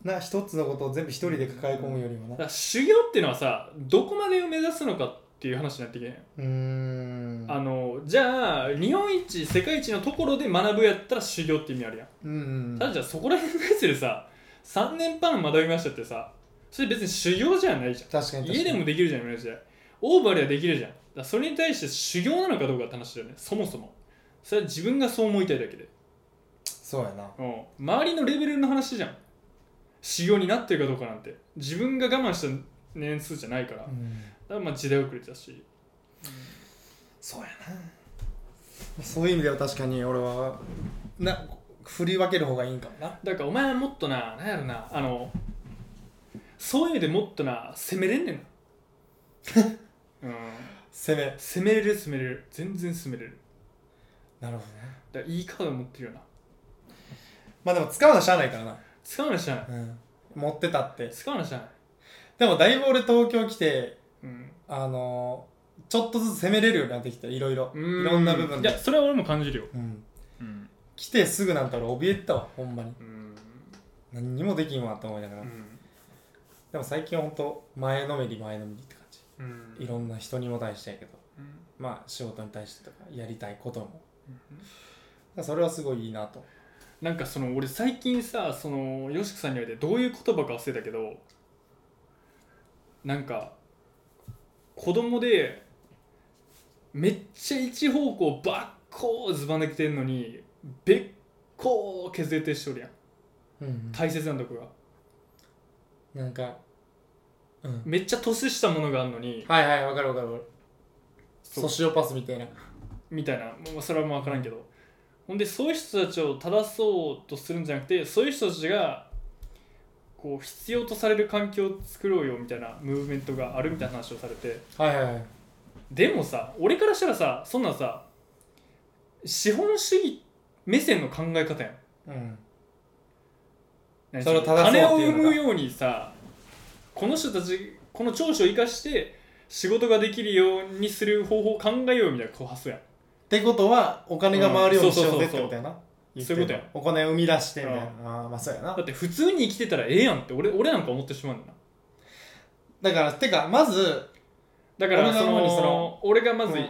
Speaker 1: な一つのことを全部一人で抱え込むよりも
Speaker 2: だ
Speaker 1: な
Speaker 2: から修行っていうのはさどこまでを目指すのかっていう話になっていけない
Speaker 1: うんん
Speaker 2: あのじゃあ日本一世界一のところで学ぶやったら修行って意味あるやん、
Speaker 1: うん
Speaker 2: ただじゃあそこら辺のやつでさ3年半学びましたってさそれ別に修行じゃないじゃ
Speaker 1: 確か
Speaker 2: ん
Speaker 1: に確かに
Speaker 2: 家でもできるじゃん今の時代オーバーではできるじゃんだからそれに対して修行なのかどうかって話だよねそもそもそれは自分がそう思いたいだけで、
Speaker 1: そうやな
Speaker 2: うん、周りのレベルの話じゃん修行になってるかどうかなんて自分が我慢した年数じゃないからだ
Speaker 1: う
Speaker 2: か
Speaker 1: ん
Speaker 2: らまあ時代遅れだし
Speaker 1: そうやなそういう意味では確かに俺はなふ振り分ける方がいいんかもな
Speaker 2: だからお前はもっとななんやろなあのそういう意味でもっとな攻めれんねん
Speaker 1: *laughs*
Speaker 2: な、うん、
Speaker 1: 攻め
Speaker 2: 攻めれる攻めれる全然攻めれる
Speaker 1: なるほどね
Speaker 2: だからいいカード持ってるよな
Speaker 1: まあでも使うのしゃあないからな、
Speaker 2: 使うの知らない
Speaker 1: うん、持ってたって
Speaker 2: 使うの知らない、
Speaker 1: でもだいぶ俺東京来て
Speaker 2: うん、
Speaker 1: あのーちょっとずつ攻めれるようになってきたいろいろ
Speaker 2: う
Speaker 1: いろんな部分
Speaker 2: いや
Speaker 1: で、
Speaker 2: それは俺も感じるよ
Speaker 1: うん、
Speaker 2: うん、
Speaker 1: 来てすぐなんて俺怯えてたわほんまに
Speaker 2: うん
Speaker 1: 何にもできんわと思いなが
Speaker 2: う
Speaker 1: ら、
Speaker 2: ん
Speaker 1: でも最近ほんと前のめり前のめりって感じ
Speaker 2: うん
Speaker 1: いろんな人にも対してやけど
Speaker 2: うん
Speaker 1: まあ仕事に対してとかやりたいこともだからそれはすごいいいなと
Speaker 2: なんかその俺最近さそのよしくさんに言われてどういう言葉か忘れたけどなんか子供でめっちゃ一方向ばっこうずば抜けてんのにべっこう削れてしとるやん
Speaker 1: うんうん
Speaker 2: 大切なとこが
Speaker 1: なんかうん
Speaker 2: めっちゃ突出したものがあるのに
Speaker 1: はいはいわかるわかるわかる
Speaker 2: そう
Speaker 1: ソシオパスみたいな
Speaker 2: みたいなもうそれはもう分からんけどほんでそういう人たちを正そうとするんじゃなくてそういう人たちがこう必要とされる環境を作ろうよみたいなムーブメントがあるみたいな話をされて
Speaker 1: はいはいはい
Speaker 2: でもさ俺からしたらさそんなんさ資本主義目線の考え方やん
Speaker 1: うん
Speaker 2: 何
Speaker 1: それを正そうっていう
Speaker 2: 金
Speaker 1: のが
Speaker 2: を生むようにさこの人たちこの長所を生かして仕事ができるようにする方法を考えようみたいなこう発想やん
Speaker 1: ってことはお金が回るようにしようぜ
Speaker 2: うん
Speaker 1: ってことやな言って
Speaker 2: そうそうそうそういうことや
Speaker 1: お金を生み出してみたいなああーまあそうやな
Speaker 2: だって普通に生きてたらええやんって俺俺なんか思ってしまうんだな
Speaker 1: だからてかまず
Speaker 2: だから
Speaker 1: 俺が
Speaker 2: そ
Speaker 1: 主に
Speaker 2: の
Speaker 1: その
Speaker 2: 俺がまず
Speaker 1: うん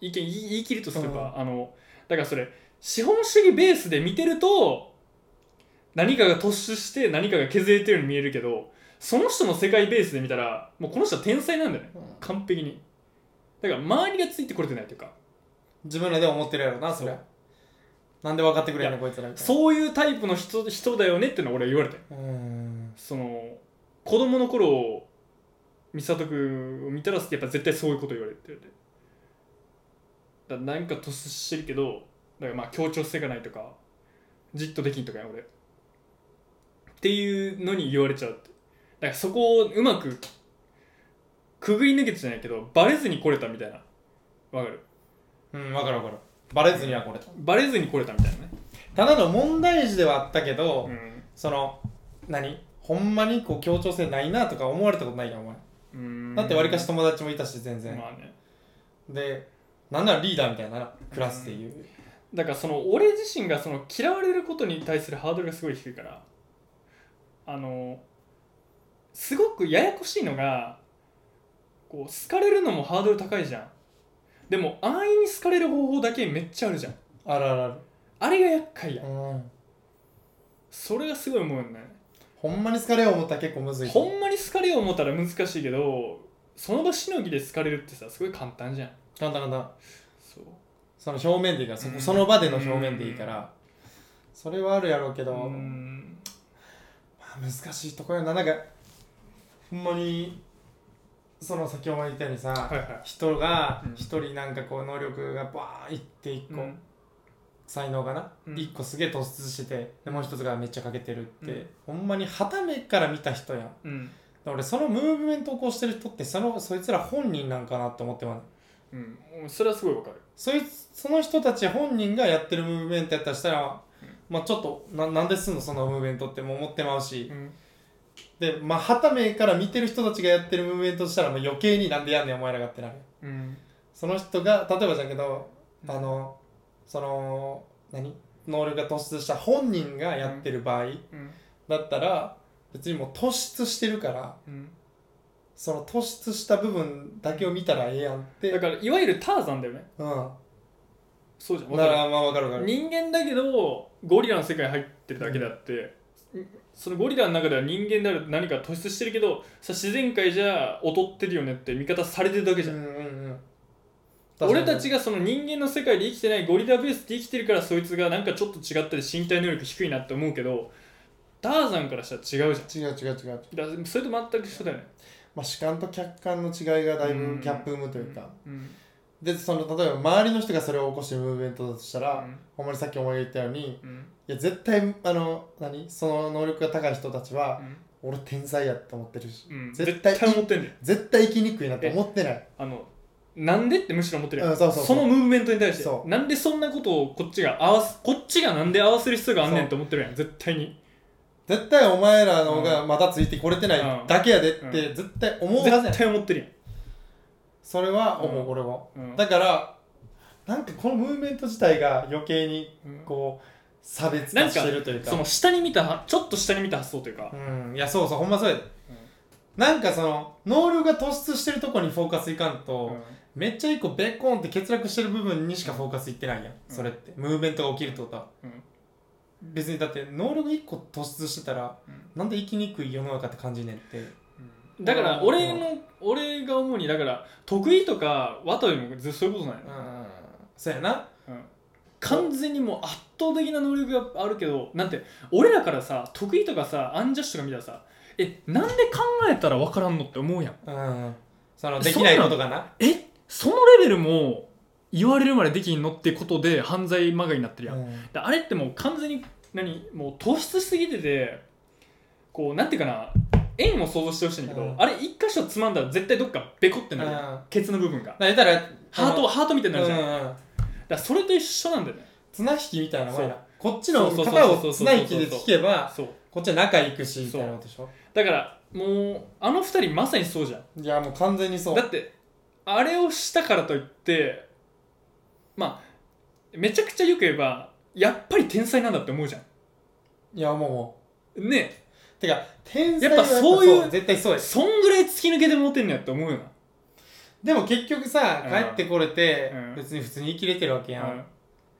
Speaker 2: 意見言い言い切るとすれば、あのだからそれ資本主義ベースで見てると何かが突出して何かが削れてるように見えるけどその人の世界ベースで見たらもうこの人は天才なんだよね完璧にだから周りがついてこれてないというか
Speaker 1: 自分らで思ってるやろなそりゃなんで分かってくれんのこいつらみたいな
Speaker 2: そういうタイプの人人だよねっていうのは俺は言われて
Speaker 1: うーん
Speaker 2: その子供の頃美里君を見たらやっぱ絶対そういうこと言われてるだからなんか突出してるけどだからまあ協調性がないとかじっとできんとかや俺っていうのに言われちゃうってだからそこをうまくくぐり抜けてじゃないけどバレずに来れたみたいなわかる
Speaker 1: うん分かる分かるバレずにはこれた
Speaker 2: バレずに来れたみたいなね
Speaker 1: ただの問題児ではあったけど、
Speaker 2: うん
Speaker 1: その何ほんまにこう協調性ないなとか思われたことないやんお前
Speaker 2: うん
Speaker 1: だってわりかし友達もいたし全然、
Speaker 2: まあね
Speaker 1: でなんならリーダーみたいなクラスでいう、
Speaker 2: だからその俺自身がその嫌われることに対するハードルがすごい低いからあのすごくややこしいのがこう好かれるのもハードル高いじゃんでも安易に好かれる方法だけめっちゃあるじゃん
Speaker 1: あるあるある
Speaker 2: あれが厄介やん
Speaker 1: うん
Speaker 2: それがすごい思うよね
Speaker 1: ほんまに疲れを思ったら結構むずい
Speaker 2: ほんまに好かれよう思ったら難しいけどその場しのぎで好かれるってさすごい簡単じゃん
Speaker 1: 簡単簡単
Speaker 2: そう
Speaker 1: その表面でいいからそこ
Speaker 2: うん
Speaker 1: その場での表面でいいからそれはあるやろうけど、
Speaker 2: う
Speaker 1: ま
Speaker 2: ん
Speaker 1: あ、難しいとこやななんかほんまにその先ほど言ったようにさ、
Speaker 2: はいはい
Speaker 1: 人が
Speaker 2: うん
Speaker 1: 一人なんかこう能力がバーンいって一個、
Speaker 2: うん
Speaker 1: 才能がな
Speaker 2: うん
Speaker 1: 一、個すげえ突出しててでもう一つがめっちゃ欠けてるって、ほんまにはためから見た人やん
Speaker 2: うん
Speaker 1: で俺そのムーブメントをこうしてる人ってそのそいつら本人なんかなって思ってます
Speaker 2: うんそれはすごいわかる
Speaker 1: そいつその人たち本人がやってるムーブメントやったらしたら、
Speaker 2: うん
Speaker 1: まあちょっとななんですんのそのムーブメントってもう思ってまうし
Speaker 2: うん
Speaker 1: でまあはためから見てる人たちがやってるムーブメントしたらもう余計になんでやんねんお前らがってなる
Speaker 2: うん
Speaker 1: その人が例えばじゃけどあのその何能力が突出した本人がやってる場合
Speaker 2: うん
Speaker 1: だったら別にもう突出してるから
Speaker 2: うん
Speaker 1: その突出した部分だけを見たらええやんって
Speaker 2: だからいわゆるターザンだよね
Speaker 1: う
Speaker 2: そうじゃん
Speaker 1: ん
Speaker 2: わ
Speaker 1: だ
Speaker 2: か
Speaker 1: か
Speaker 2: る
Speaker 1: らまあわかるわかる
Speaker 2: 人間だけどゴリラの世界に入ってるだけであって、そのゴリラの中では人間である何か突出してるけどさ自然界じゃ劣ってるよねって見方されてるだけじゃん、
Speaker 1: うんうんうん
Speaker 2: 俺たち
Speaker 1: が
Speaker 2: がその人間の世界で生きてないゴリラベースで生きてるからそいつがなんかちょっと違ったり身体能力低いなって思うけどターザンからしたら違うじゃ
Speaker 1: 違
Speaker 2: ん
Speaker 1: う違う違う、
Speaker 2: だからそれと全く一緒だよね
Speaker 1: まあ、主観と客観の違いがだいぶギャップ生むというか、
Speaker 2: うん
Speaker 1: でその例えば周りの人がそれを起こしてムーブメントだとしたら、
Speaker 2: うん
Speaker 1: ほんまにさっきお前が言ったように
Speaker 2: うん
Speaker 1: いや絶対あの何その能力が高い人たちは
Speaker 2: う、ん
Speaker 1: 俺天才やと思ってるし
Speaker 2: うん
Speaker 1: 絶
Speaker 2: 絶
Speaker 1: 対
Speaker 2: 対思ってんねん
Speaker 1: 絶対生きにくいなと思ってない
Speaker 2: あのなんでってむしろ思ってるやん、
Speaker 1: うんそうそうそう
Speaker 2: のムーブメントに対して
Speaker 1: そう
Speaker 2: なんでそんなことをこっちが合わすこっちがなんで合わせる必要があんね
Speaker 1: そ
Speaker 2: ん
Speaker 1: う
Speaker 2: と思ってるやん絶対に
Speaker 1: 絶対お前らの方がまだついてこれてないだけやでっ
Speaker 2: うん
Speaker 1: て絶対思うはずやん
Speaker 2: 絶対思ってる
Speaker 1: それは思
Speaker 2: う
Speaker 1: うん俺も
Speaker 2: やん、うん
Speaker 1: だからなんかこのムーブメント自体が余計に
Speaker 2: うん
Speaker 1: こう差別
Speaker 2: な
Speaker 1: 化
Speaker 2: んか
Speaker 1: してるというか
Speaker 2: その下に見たちょっと下に見た発想というか、
Speaker 1: うんいやそうそうほんまそうやで、なんかその能力が突出してるとこにフォーカスいかんと、
Speaker 2: うん
Speaker 1: めっちゃ一個ベコンって欠落してる部分にしかフォーカスいってないやん、
Speaker 2: うん
Speaker 1: それってムーブメントが起きるってことは
Speaker 2: うん
Speaker 1: 別にだって能力一個突出してたらなんで生きにくい世の中って感じねんって
Speaker 2: うんだから俺の、俺が思うにだから得意とか技よりもずそういうことなんや
Speaker 1: う
Speaker 2: な、
Speaker 1: んそうやな
Speaker 2: うん完全にもう圧倒的な能力があるけどなんて俺らからさ得意とかさアンジャッシュとか見たらさえなんで考えたら分からんのって思うやん
Speaker 1: うんそのできないことがな
Speaker 2: えそのレベルも言われるまでできんのってことで犯罪まがいになってるやん、
Speaker 1: うん
Speaker 2: であれってもう完全に何もう突出しすぎててこうなんていうかな円を想像してほしいんだけど、
Speaker 1: うん
Speaker 2: あれ一箇所つまんだら絶対どっかベコってなるやん、
Speaker 1: うん
Speaker 2: ケツの部分
Speaker 1: だ
Speaker 2: が
Speaker 1: から言ったら
Speaker 2: ハートハートみたいになる
Speaker 1: う
Speaker 2: じゃん、だか
Speaker 1: んうん
Speaker 2: らそれと一緒なんだよね
Speaker 1: 綱引きみたいなもんやな
Speaker 2: そ
Speaker 1: こっちの
Speaker 2: そうそうそう
Speaker 1: 肩
Speaker 2: そ
Speaker 1: を
Speaker 2: うそう
Speaker 1: 綱引きで引けば
Speaker 2: そう
Speaker 1: こっちは仲いくしみたいなことでしょ
Speaker 2: だからもうあの二人まさにそうじゃ
Speaker 1: い
Speaker 2: ん
Speaker 1: やもう完全にそう
Speaker 2: だってあれをしたからといってまあめちゃくちゃよく言えばやっぱり天才なんだって思うじゃ
Speaker 1: いやもうも
Speaker 2: んね
Speaker 1: うてか天才
Speaker 2: やっぱそういう
Speaker 1: 絶対そうやし
Speaker 2: そんぐらい突き抜けてモテんのやって思うよな
Speaker 1: でも結局さ
Speaker 2: うん
Speaker 1: 帰ってこれて
Speaker 2: うん
Speaker 1: 別に普通に生きれてるわけや
Speaker 2: うんん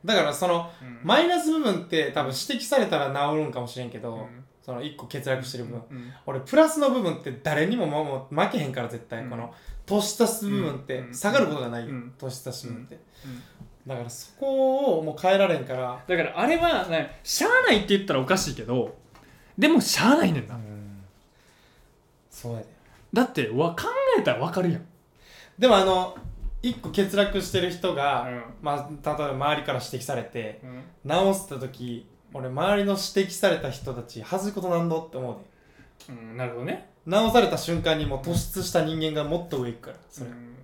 Speaker 1: だからその
Speaker 2: うん
Speaker 1: マイナス部分って多分指摘されたら治るんかもしれんけ
Speaker 2: う
Speaker 1: ど
Speaker 2: ん
Speaker 1: その1個欠落してる分
Speaker 2: うん
Speaker 1: 俺プラスの部分って誰にももうもう負けへんから絶対
Speaker 2: うん
Speaker 1: この突出す部分って
Speaker 2: うん
Speaker 1: 下がることがないよ
Speaker 2: うん
Speaker 1: 突出す部分って
Speaker 2: うん
Speaker 1: だからそこをもう変えられんから
Speaker 2: だからあれはなしゃあないって言ったらおかしいけどでもしゃあないねんな
Speaker 1: そうやで
Speaker 2: だってわ考えたらわかるやん
Speaker 1: でもあの1個欠落してる人が
Speaker 2: うん
Speaker 1: まあ例えば周りから指摘されて
Speaker 2: うん
Speaker 1: 直した時俺周りの指摘された人たち恥ずいことなんどって思うで
Speaker 2: うんなるほどね
Speaker 1: 直された瞬間にもう突出した人間がもっと上行くからそれ、
Speaker 2: うん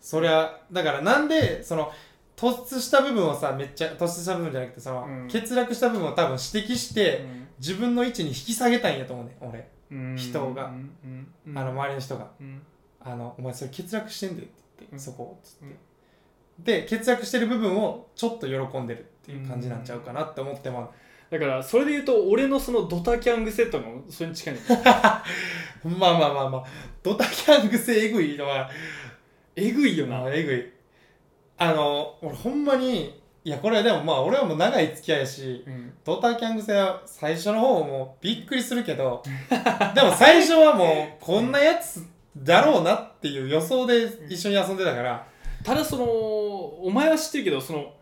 Speaker 1: そりゃだからなんでその突出した部分をさめっちゃ突出した部分じゃなくてその、
Speaker 2: うん
Speaker 1: 欠落した部分を多分指摘して、自分の位置に引き下げたいんやと思うね俺、
Speaker 2: うん
Speaker 1: 人が
Speaker 2: うんうん
Speaker 1: あの周りの人が
Speaker 2: うん
Speaker 1: 「あのお前それ欠落してんだよ」って言って、
Speaker 2: うん
Speaker 1: そこ」っつって、
Speaker 2: うん
Speaker 1: で欠落してる部分をちょっと喜んでるっていう感じなんちゃうかなって思っても
Speaker 2: だからそれで言うと俺のそのドタキャングセットもそれに近いね
Speaker 1: まあまあまあまあドタキャング性えぐいのは
Speaker 2: えぐいよ
Speaker 1: ま
Speaker 2: な
Speaker 1: あえぐいあの俺ほんまにいやこれでもまあ俺はもう長い付き合いやし
Speaker 2: うん
Speaker 1: ドーターキャング戦は最初の方もびっくりするけ
Speaker 2: *laughs*
Speaker 1: どでも最初はもうこんなやつだろうなっていう予想で一緒に遊んでたから
Speaker 2: ただそのお前は知ってるけどその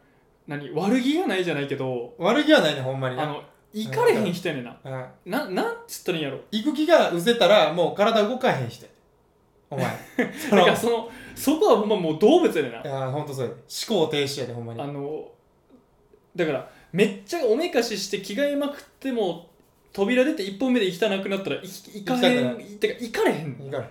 Speaker 2: 何悪気がないじゃないけど
Speaker 1: 悪気はないねほんま
Speaker 2: あ
Speaker 1: に
Speaker 2: の行かれへん人やねんな
Speaker 1: うん、
Speaker 2: ななんつったらいいんやろ
Speaker 1: 行く気がうせたらもう体動かへんしてお
Speaker 2: *laughs*
Speaker 1: 前そ
Speaker 2: だ
Speaker 1: の
Speaker 2: からそのそこはほんまもう動物やねんない
Speaker 1: やほんとそうや思考停止やでほんまに
Speaker 2: あのだからめっちゃおめかしして着替えまくっても扉出て一本目で行きたなくなったら行き行かへ
Speaker 1: 行きた
Speaker 2: んてか行かれへん
Speaker 1: いいから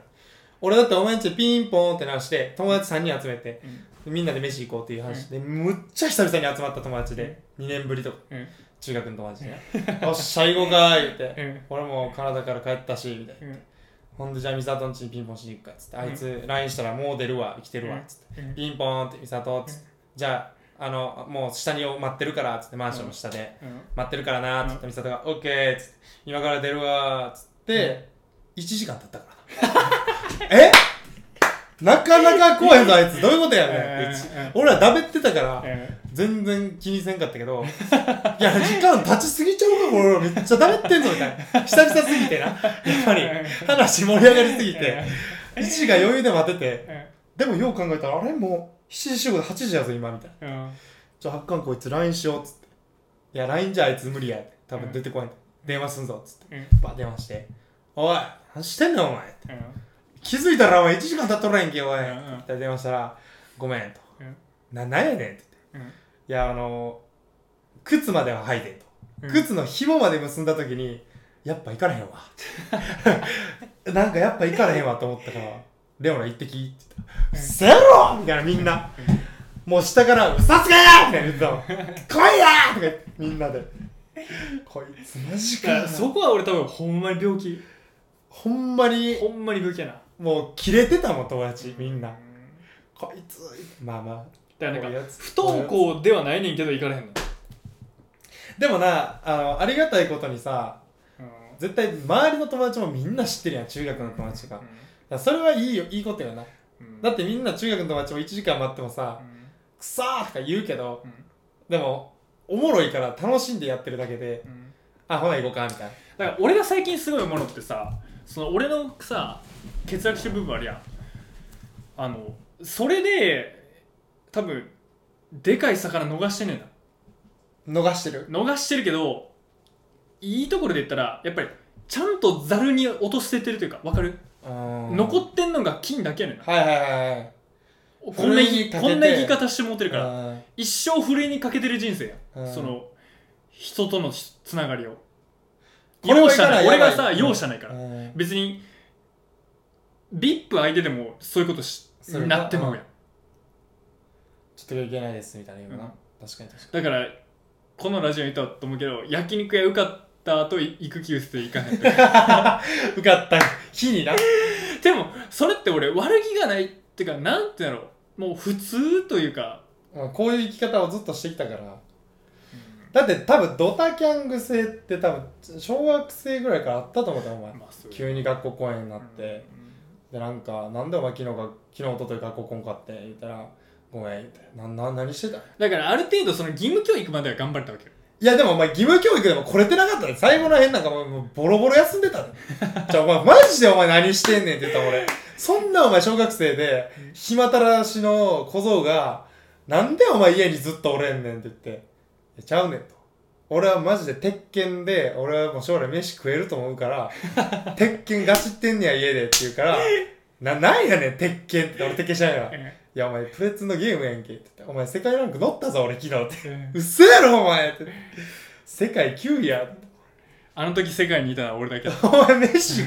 Speaker 1: 俺だってお前んちでピンポンって鳴らして友達3人集めて
Speaker 2: うん
Speaker 1: みんなで飯行こうっていう話で、むっちゃ久々に集まった友達で、2年ぶりとか、
Speaker 2: うん
Speaker 1: 中学の友達で
Speaker 2: *laughs*
Speaker 1: 「おっしゃいこうか」言って
Speaker 2: うん
Speaker 1: 俺もうカナダから帰ったしみたいな
Speaker 2: うん
Speaker 1: ほんでじゃあ美里んちにピンポンしに行くかっつって、
Speaker 2: ん
Speaker 1: あいつ LINE したらもう出るわ生きてるわっつって、
Speaker 2: うん
Speaker 1: ピンポンって美里っつって、じゃああのもう下に待ってるからっつってマンションの下で、
Speaker 2: うん
Speaker 1: 待ってるからなっつって美里が「OK」っつって「今から出るわ」っつって、一1時間経ったからな *laughs* えなかなか来へんぞあいつどういうことやねんって
Speaker 2: うんうん
Speaker 1: 俺らだべってたから、
Speaker 2: うん
Speaker 1: 全然気にせんかったけ *laughs* どいや時間経ちすぎちゃうかこれめっちゃだべってんぞみたいな久々すぎてなやっぱり話盛り上がりすぎて1時間余裕で待っててでもよう考えたらあれもう7時集合で8時やぞ今みたいな
Speaker 2: うんうん
Speaker 1: じゃあ発刊こいつ LINE しようっつっていや LINE じゃあいつ無理やって多分出てこない、電話すんぞっつって
Speaker 2: うん
Speaker 1: バッ電話して「おい何してんのお前」
Speaker 2: うん
Speaker 1: 気づいたらお前1時間経っとらへんけおい」
Speaker 2: うんうん
Speaker 1: って電話したら「ごめんと
Speaker 2: うん
Speaker 1: 「ななんやねん」って言って
Speaker 2: うん
Speaker 1: 「いやあの靴までは履いて」と。
Speaker 2: うん
Speaker 1: 靴の紐まで結んだ時にやっぱ行かれ *laughs* へんわなんかやっぱ行かれへんわと思ったから「レオナ行ってき」って言ったら「うっせろ!」みたいなみんなもう下から「うさすがや!」みたいな言ってたもん「来いや!」とか言ってみんなでこいつマジ
Speaker 2: だか
Speaker 1: から
Speaker 2: そこは俺多分ほんまに病気
Speaker 1: ほんまに
Speaker 2: ほんまに病気やな
Speaker 1: もうキレてたもん友達みん
Speaker 2: う
Speaker 1: なんこいつまあまあ
Speaker 2: だから
Speaker 1: こう
Speaker 2: ないん
Speaker 1: う
Speaker 2: か
Speaker 1: やつ
Speaker 2: 不登校ではないねんけど行かれへんの
Speaker 1: でもなあのありがたいことにさ絶対周りの友達もみんな知ってるやん中学の友達がだからそれはいいよいいことよなだってみんな中学の友達も1時間待ってもさ「くさー!」とか言うけどでもおもろいから楽しんでやってるだけで「あほな行こうか」みたいな
Speaker 2: だから俺が最近すごいものってさその俺のさ欠落してる部分あるやんあのそれで多分でかい魚逃してんねんな
Speaker 1: 逃してる
Speaker 2: 逃してるけどいいところで言ったらやっぱりちゃんとざるに落としててるというかわかる、残
Speaker 1: 残
Speaker 2: ってんのが金だけやねんな
Speaker 1: はいはいはいはい
Speaker 2: こんな
Speaker 1: ふるいに
Speaker 2: 生き
Speaker 1: かけて
Speaker 2: こんな生き方してもうて
Speaker 1: だ
Speaker 2: るから
Speaker 1: ら
Speaker 2: 一生ふるいにかけてる人生や
Speaker 1: うん
Speaker 2: その人とのつながりを
Speaker 1: これ
Speaker 2: 容
Speaker 1: はいか
Speaker 2: 赦
Speaker 1: な
Speaker 2: ないい俺が
Speaker 1: やば
Speaker 2: さ
Speaker 1: い
Speaker 2: 容赦ないから別に VIP 相手でもそういうことし
Speaker 1: それ
Speaker 2: なってまうやん
Speaker 1: ちょっといけないですみたいな言う
Speaker 2: う
Speaker 1: なん確かに確か
Speaker 2: だからこのラジオにいたと思うけど焼肉屋受かった後い育休捨て行かへんとか
Speaker 1: に *laughs* 受かった日にな
Speaker 2: でもそれって俺悪気がないっていうかなんてやろうもう普通というか、
Speaker 1: うんこういう生き方をずっとしてきたからだって多分ドタキャン癖って多分小学生ぐらいからあったと思ったお前
Speaker 2: まあそういう
Speaker 1: 急に学校公演になって、
Speaker 2: うん
Speaker 1: でなんか「なんでお前昨日が昨日おととい学校来んかって」言ったら「ごめん」みたいな「なな何してた?」
Speaker 2: だからある程度その義務教育までは頑張れたわけよ
Speaker 1: いやでもお前義務教育でもこれてなかったで最後らへんなんかもうもうボロボロ休んでたでじゃあお前マジでお前何してんねんって言ったもん俺そんなお前小学生で暇たらしの小僧が「なんでお前家にずっとおれんねん」って言っていや「ちゃうねん」と。俺はマジで鉄拳で俺はもう将来飯食えると思うから鉄拳ガチってんねや家でって言うからななんやねん鉄拳って俺鉄拳しないからいや、お前、プレッツのゲームやんけ。って言ってお前、世界ランク乗ったぞ、俺、昨日って。うっせやろ、お前って。世界9位やって。
Speaker 2: あの時世界にいたのは俺だけだ
Speaker 1: お前、メッシ、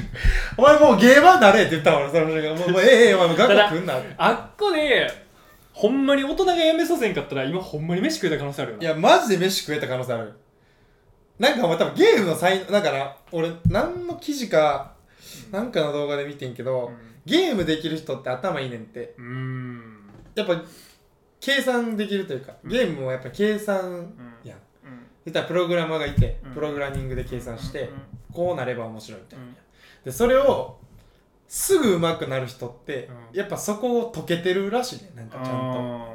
Speaker 1: お前もうゲーマーになれって言ったもん、俺、その瞬間。もう、もうええええ、お前、もう学校来んなって。
Speaker 2: あっこでほんまに大人が辞めさせんかったら今ほんまに飯食えた可能性あるよ
Speaker 1: い
Speaker 2: な
Speaker 1: や、マジで飯食えた可能性ある。なんか、お前、多分ゲームの才能、だから、俺、何の記事か、なんかの動画で見てんけど、ゲームできる人って頭いいねんって。
Speaker 2: うんうん
Speaker 1: やっぱ、計算できるというか、ゲームもやっぱ計算
Speaker 2: うん
Speaker 1: やん。
Speaker 2: うん
Speaker 1: 言ったらプログラマーがいて
Speaker 2: うん、
Speaker 1: プログラミングで計算して、こうなれば面白いみた
Speaker 2: う
Speaker 1: いな、
Speaker 2: ん
Speaker 1: でそれをすぐ上手くなる人って、
Speaker 2: うん
Speaker 1: やっぱそこを解けてるらしいねなんかちゃんと
Speaker 2: あ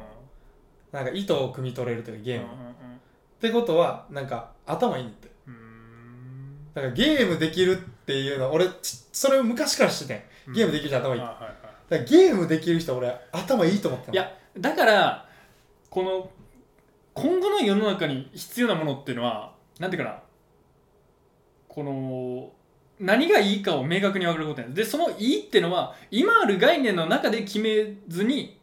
Speaker 1: なんか意図を汲み取れるというかゲ
Speaker 2: ー
Speaker 1: ームの、
Speaker 2: う
Speaker 1: っ
Speaker 2: ん
Speaker 1: てことはなんか頭いいんだって
Speaker 2: うんうん
Speaker 1: だからゲームできるっていうの俺ちそれを昔からしてて
Speaker 2: うん
Speaker 1: ゲームできる人頭いい、
Speaker 2: はい
Speaker 1: だか
Speaker 2: はいはい
Speaker 1: らゲームできる人俺頭いいと思ってたの
Speaker 2: いやだからこの今後の世の中に必要なものっていうのはなんていうかなこの何がいいかを明確に分かることやねんでその「いい」っていうのは今ある概念の中で決めずに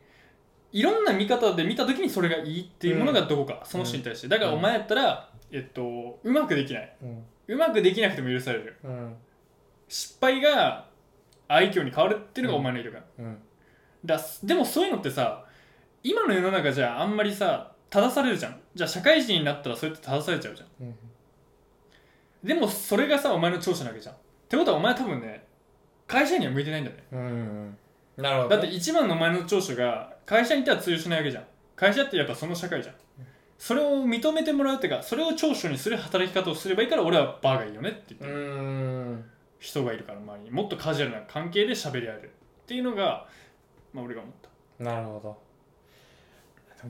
Speaker 2: いろんな見方で見た時にそれがいいっていうものがどこか、その人に対してだからお前やったら、えっとうまくできない
Speaker 1: うん
Speaker 2: うまくできなくても許される
Speaker 1: うん
Speaker 2: 失敗が愛嬌に変わるっていうのがお前のいいとこや
Speaker 1: うん
Speaker 2: だでもそういうのってさ今の世の中じゃあんまりさ正されるじゃんじゃあ社会人になったらそれって正されちゃうじゃ
Speaker 1: うん
Speaker 2: んでもそれがさお前の長所なわけじゃんってことはお前多分ね会社には向いてないんだよね
Speaker 1: うんうんなるほ
Speaker 2: だ
Speaker 1: ど
Speaker 2: って一番のお前の長所が会社にいては通用しないわけじゃん会社ってやっぱその社会じゃんそれを認めてもらうっていうかそれを長所にする働き方をすればいいから俺はバーがいいよねって言って
Speaker 1: う
Speaker 2: る
Speaker 1: ん
Speaker 2: 人がいるから周りにもっとカジュアルな関係で喋り合えるっていうのが、まあ、俺が思った
Speaker 1: なるほど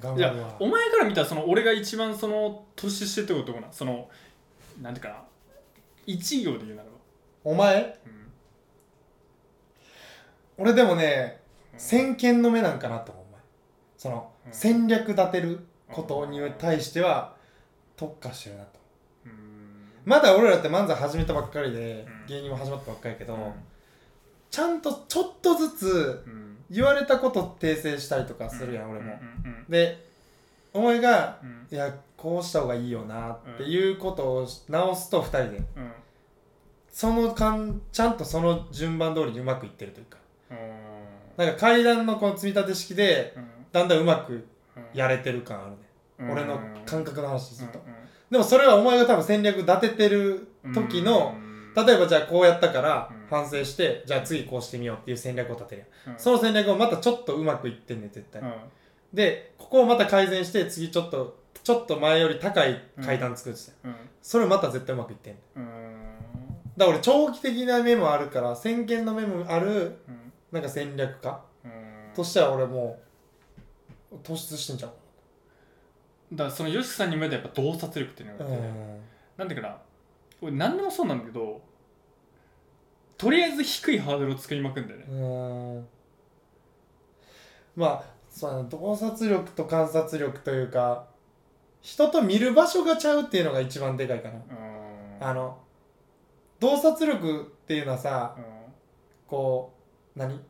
Speaker 1: 頑
Speaker 2: い
Speaker 1: 張
Speaker 2: や
Speaker 1: るわ
Speaker 2: お前から見たらその俺が一番その年してってことかなそのなんていうかな一行で言うならば、
Speaker 1: お前
Speaker 2: うん
Speaker 1: 俺でもね
Speaker 2: うん
Speaker 1: 先見の目なんかなと思うお前その、
Speaker 2: うん
Speaker 1: 戦略立てることに対しては特化してるなと
Speaker 2: うん
Speaker 1: まだ俺らって漫才始めたばっかりで、
Speaker 2: うん
Speaker 1: 芸人も始まったばっかりやけど、
Speaker 2: うん
Speaker 1: ちゃんとちょっとずつ
Speaker 2: うん
Speaker 1: 言われたこと訂正したりとかするやん、俺も
Speaker 2: う。ん
Speaker 1: で、お前が、
Speaker 2: うんうん
Speaker 1: いや、こうした方がいいよなっていうことを直すと2人で、
Speaker 2: うん
Speaker 1: そのかん、ちゃんとその順番通りにうまくいってるというか。
Speaker 2: うん
Speaker 1: なんか階段のこの積み立て式で、
Speaker 2: うん
Speaker 1: だんだんうまく
Speaker 2: うん
Speaker 1: やれてる感あるね。
Speaker 2: うん
Speaker 1: 俺の感覚の話ずっと。
Speaker 2: うんうん
Speaker 1: でもそれはお前が多分戦略立ててる時の、例えばじゃあこうやったから
Speaker 2: うん
Speaker 1: 反省して、じゃあ次こうしてみようっていう戦略を立てるやん。
Speaker 2: うん
Speaker 1: その戦略をまたちょっとうまくいってんねん絶対。
Speaker 2: うん
Speaker 1: で、ここをまた改善して、次ちょっと、ちょっと前より高い階段作ってたよ
Speaker 2: うん
Speaker 1: それまた絶対うまくいってんねん
Speaker 2: うん
Speaker 1: だから俺長期的な目もあるから、先見の目もある、
Speaker 2: うん
Speaker 1: なんか戦略家
Speaker 2: うん
Speaker 1: としては俺もう、突出してんじゃん。
Speaker 2: だからその YOSHIKI さんに向いたやっぱ洞察力っていうのがあって、なんでかな俺何でもそうなんだけどとりあえず低いハードルを作りまくんだよね
Speaker 1: うーんまあそうやな洞察力と観察力というか人と見る場所がちゃうっていうのが一番でかいかな、
Speaker 2: うん
Speaker 1: あの洞察力っていうのはさこう何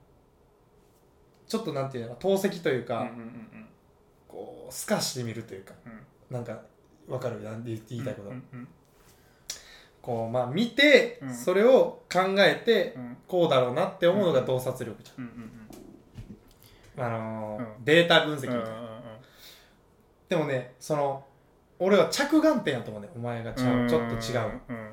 Speaker 1: ちょっとなんていうの透析という
Speaker 2: うん
Speaker 1: か、
Speaker 2: うんうん
Speaker 1: こう透かしてみるというか
Speaker 2: うん
Speaker 1: なんかわかるなんて言いたいこと、
Speaker 2: うんうん
Speaker 1: こうまあ見て、
Speaker 2: うん
Speaker 1: それを考えて、
Speaker 2: うん
Speaker 1: こうだろうなって思うのが洞察力じ
Speaker 2: うんうん
Speaker 1: ゃん、あのー
Speaker 2: うん
Speaker 1: データ分析み
Speaker 2: う
Speaker 1: たい
Speaker 2: ん
Speaker 1: な、でもねその俺は着眼点やと思うねお前が違うちょっと違う
Speaker 2: うん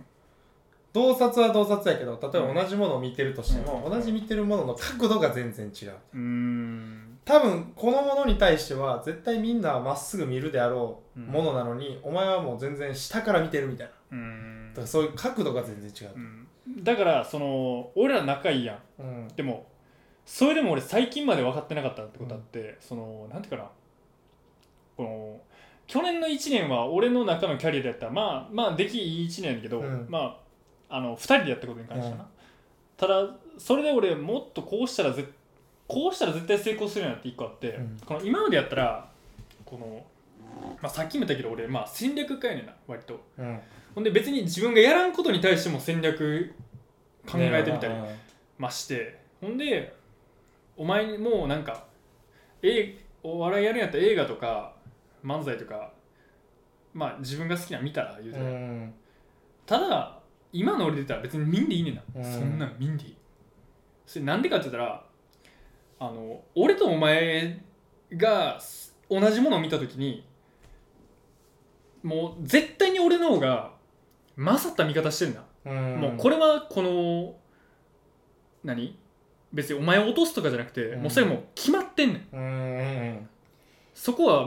Speaker 1: 洞察は洞察やけど例えば同じものを見てるとしても、
Speaker 2: うん
Speaker 1: 同じ見てるものの角度が全然違う
Speaker 2: うん
Speaker 1: 多分このものに対しては絶対みんなはまっすぐ見るであろうものなのに、お前はもう全然下から見てるみたいな
Speaker 2: うん
Speaker 1: だからそういう角度が全然違う
Speaker 2: う、んだからその俺ら仲いいやん
Speaker 1: うん
Speaker 2: でもそれでも俺最近まで分かってなかったってことあって、そのなんていうかなこの去年の1年は俺の中のキャリアでやったらまあまあできいい1年だけど、
Speaker 1: うん
Speaker 2: まああの2人でやったことに関してはな、ただそれで俺もっとこうしたらぜこうしたら絶対成功するようになって1個あって、
Speaker 1: うん
Speaker 2: この今までやったらこの、まあ、さっきも言ったけど俺、まあ、戦略家やねんな割と
Speaker 1: うん、
Speaker 2: ほんで別に自分がやらんことに対しても戦略考えてみたり
Speaker 1: ね
Speaker 2: ましてほんでお前にもうなんかえお笑いやるんやったら映画とか漫才とかまあ自分が好きなの見たら言う
Speaker 1: う
Speaker 2: て、
Speaker 1: ん
Speaker 2: ただ今の俺で言ったら別に見んでいいねんな、
Speaker 1: うん
Speaker 2: そんなん見んでいいそれなんでかって言ったらあの俺とお前がす同じものを見た時にもう絶対に俺の方が勝った見方してるな
Speaker 1: うん
Speaker 2: もうこれはこの何別にお前を落とすとかじゃなくて、
Speaker 1: うん
Speaker 2: もうそれもう決まってんねん
Speaker 1: うんうん
Speaker 2: そこは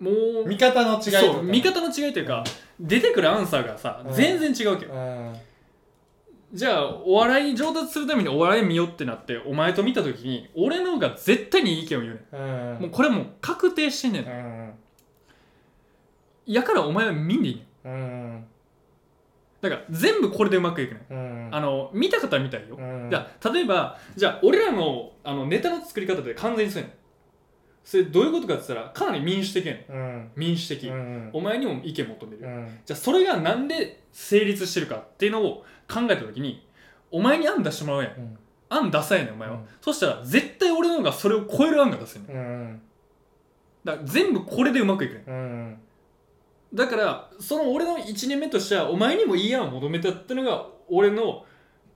Speaker 2: もう
Speaker 1: うん見方の違いとか
Speaker 2: そう見方の違いというか、出てくるアンサーがさ、
Speaker 1: うん
Speaker 2: 全然違うけど、
Speaker 1: うん
Speaker 2: じゃあお笑い上達するためにお笑い見ようってなってお前と見た時に俺の方が絶対にいい意見を言うね
Speaker 1: うん
Speaker 2: んもうこれはもう確定してんねん、
Speaker 1: うん
Speaker 2: やからお前は見んでいいねん
Speaker 1: うん
Speaker 2: だから全部これでうまくいくね
Speaker 1: うん
Speaker 2: ん、あの見た方は見たいよ、
Speaker 1: うん
Speaker 2: じゃあ例えばじゃあ俺らのあのネタの作り方って完全にそうやんそれどういうことかって言ったらかなり民主的やん
Speaker 1: うん
Speaker 2: 民主的、
Speaker 1: うん
Speaker 2: お前にも意見求める、
Speaker 1: うん
Speaker 2: じゃあそれがなんで成立してるかっていうのを考えた時にお前に案出してもらうやん
Speaker 1: うん
Speaker 2: 案出さやねんお前は、
Speaker 1: うん
Speaker 2: そしたら絶対俺の方がそれを超える案が出せんねん
Speaker 1: うん
Speaker 2: だから全部これでうまくいくねん
Speaker 1: うん
Speaker 2: だからその俺の1年目としてはお前にもいい案を求めたってのが俺の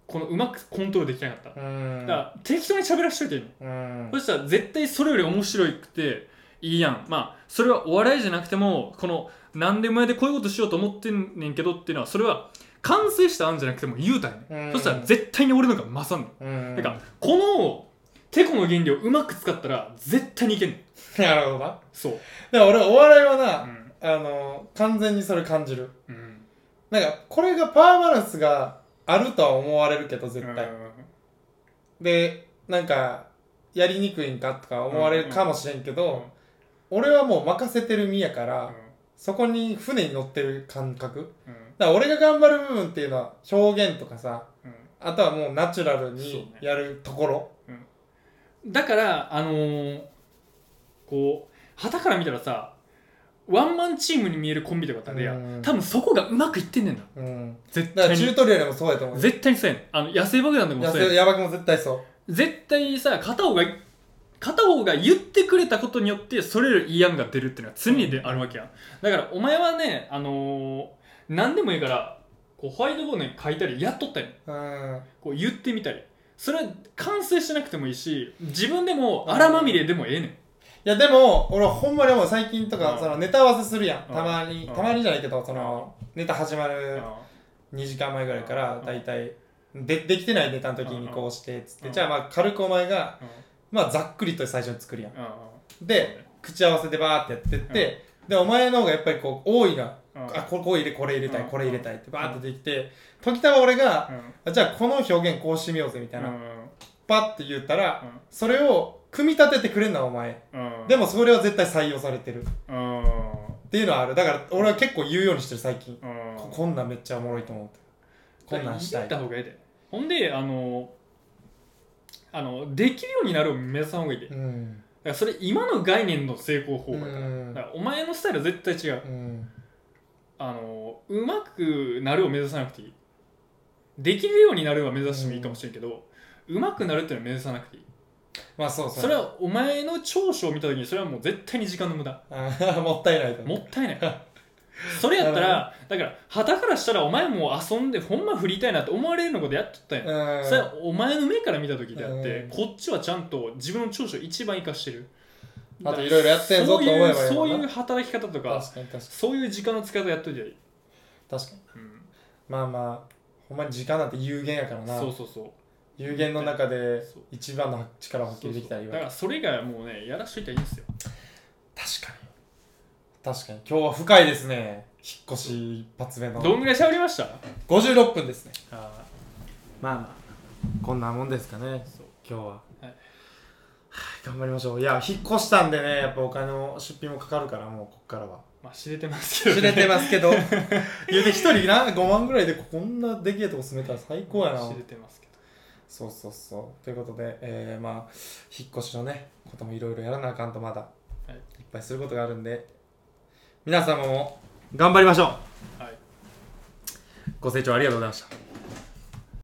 Speaker 2: このうまくコントロールできなかった、
Speaker 1: うん
Speaker 2: だから適当に喋らしといていいの
Speaker 1: うん
Speaker 2: そしたら絶対それより面白くていいやんまあそれはお笑いじゃなくてもこの何でもやでこういうことしようと思ってんねんけどっていうのはそれは完成した案じゃなくても言うたんやね、
Speaker 1: うん
Speaker 2: そしたら絶対に俺の方が勝んね、
Speaker 1: うん
Speaker 2: ん、てかこのてこの原理をうまく使ったら絶対にいけんねん
Speaker 1: なるほどなだか
Speaker 2: そう
Speaker 1: ら俺お笑いはな、
Speaker 2: うん
Speaker 1: あの完全にそれ感じる
Speaker 2: うん
Speaker 1: なんかこれがパワーバランスがあるとは思われるけど絶対、でなんかやりにくいんかとか思われるかもしれんけど、俺はもう任せてる身やから、そこに船に乗ってる感覚だから俺が頑張る部分っていうのは表現とかさあとはもうナチュラルにやるところ
Speaker 2: だからあのーこう傍から見たらさワンマンチームに見えるコンビとかってあるやん
Speaker 1: うん
Speaker 2: 多分そこがうまくいってんねんな
Speaker 1: うん
Speaker 2: 絶
Speaker 1: だか
Speaker 2: 対
Speaker 1: らチュー
Speaker 2: に
Speaker 1: トリアルもそうやと思う
Speaker 2: 絶対にそうやねんあの野生爆弾とかも
Speaker 1: や
Speaker 2: そうやねん
Speaker 1: やばくも絶対そう
Speaker 2: 絶対さ片方が片方が言ってくれたことによってそれよりいい案が出るっていうのは常にであるわけやんだからお前はね、あのー何でもいいからこうホワイトボードに書いたりやっとったり
Speaker 1: うん
Speaker 2: こう言ってみたりそれは完成してなくてもいいし自分でも荒まみれでもええねん
Speaker 1: いやでも俺ほんまにもう最近と
Speaker 2: う
Speaker 1: か
Speaker 2: ん
Speaker 1: そのネタ合わせするやん
Speaker 2: うん
Speaker 1: たまに
Speaker 2: うん
Speaker 1: たまにじゃないけどそのネタ始まる
Speaker 2: あ
Speaker 1: 2時間前ぐらいか
Speaker 2: う
Speaker 1: ら
Speaker 2: ん
Speaker 1: 大体でできてないネタの時にこうしてっつっ
Speaker 2: う
Speaker 1: て
Speaker 2: ん
Speaker 1: じゃあまあ軽くお前が
Speaker 2: あ
Speaker 1: まあざっくりと最初に作るやん
Speaker 2: あ
Speaker 1: で口合わせでバーってやってってでお前の方がやっぱりこう多いな
Speaker 2: あ
Speaker 1: あこれこう入れこれ入れたい
Speaker 2: うん
Speaker 1: これ入れたいってバーってできて時たま俺が
Speaker 2: うんうん
Speaker 1: あじゃあこの表現こうしてみようぜみたいなパッて言ったら
Speaker 2: うん
Speaker 1: それを組み立ててくれんなお前
Speaker 2: うん
Speaker 1: でもそれは絶対採用されてる
Speaker 2: うん
Speaker 1: っていうのはあるだから俺は結構言うようにしてる最近
Speaker 2: うん
Speaker 1: ここんなんめっちゃおもろいと思うこんなんした
Speaker 2: 言
Speaker 1: い
Speaker 2: った方がええでほんであのあのできるようになるを目指した方がいいでだ
Speaker 1: う
Speaker 2: か
Speaker 1: ん
Speaker 2: らそれ今の概念の成功法
Speaker 1: う
Speaker 2: やからだ
Speaker 1: ん
Speaker 2: からお前のスタイルは絶対違う
Speaker 1: うん
Speaker 2: あのうまくなるを目指さなくていいできるようになるは目指してもいいかもしれんけど、うまくなるっていうのは目指さなくていい
Speaker 1: まあそうそう
Speaker 2: それはお前の長所を見た時にそれはもう絶対に時間の無駄
Speaker 1: あーもったいないと
Speaker 2: もったいないそれやったらだから旗からしたらお前もう遊んでほんま振りたいなって思われるようなことやっとったんやん
Speaker 1: うん
Speaker 2: それはお前の目から見た時であって、
Speaker 1: うん
Speaker 2: こっちはちゃんと自分の長所を一番生かしてる
Speaker 1: あといろいろやってんぞと思えばいいもんな
Speaker 2: そういうそういう働き方とか
Speaker 1: 確かに確か
Speaker 2: そういう時間の使い方やっといていい、
Speaker 1: に確かに
Speaker 2: うん
Speaker 1: まあまあほんまに時間なんて有限やからな
Speaker 2: そうそうそう
Speaker 1: 有限の中で
Speaker 2: そう
Speaker 1: 一番の力を発
Speaker 2: そう
Speaker 1: 揮で
Speaker 2: そう
Speaker 1: きたらいい
Speaker 2: だ
Speaker 1: わけ
Speaker 2: からそれ以外はもうねやらしといたらいいんですよ
Speaker 1: 確かに確かに今日は深いですね引っ越し一発目の
Speaker 2: どんぐらい喋りました
Speaker 1: 56分ですね
Speaker 2: あ
Speaker 1: まあまあこんなもんですかね
Speaker 2: そう
Speaker 1: 今日は、
Speaker 2: い
Speaker 1: はい頑張りましょういや引っ越したんでねやっぱお金の出費もかかるからもうこっからは
Speaker 2: まあ知れてますけど、
Speaker 1: 知れて
Speaker 2: す
Speaker 1: ますけど *laughs* 言うて一人な5万ぐらいでこんなでけえとこ住めたら最高やな
Speaker 2: *laughs* 知れてますけど
Speaker 1: そうそうそうということで、えーまあ引っ越しのねこともいろいろやらなあかんとまだ、
Speaker 2: い
Speaker 1: い、っぱいすることがあるんで皆様も頑張りましょう
Speaker 2: はい
Speaker 1: ご清聴ありがとうございました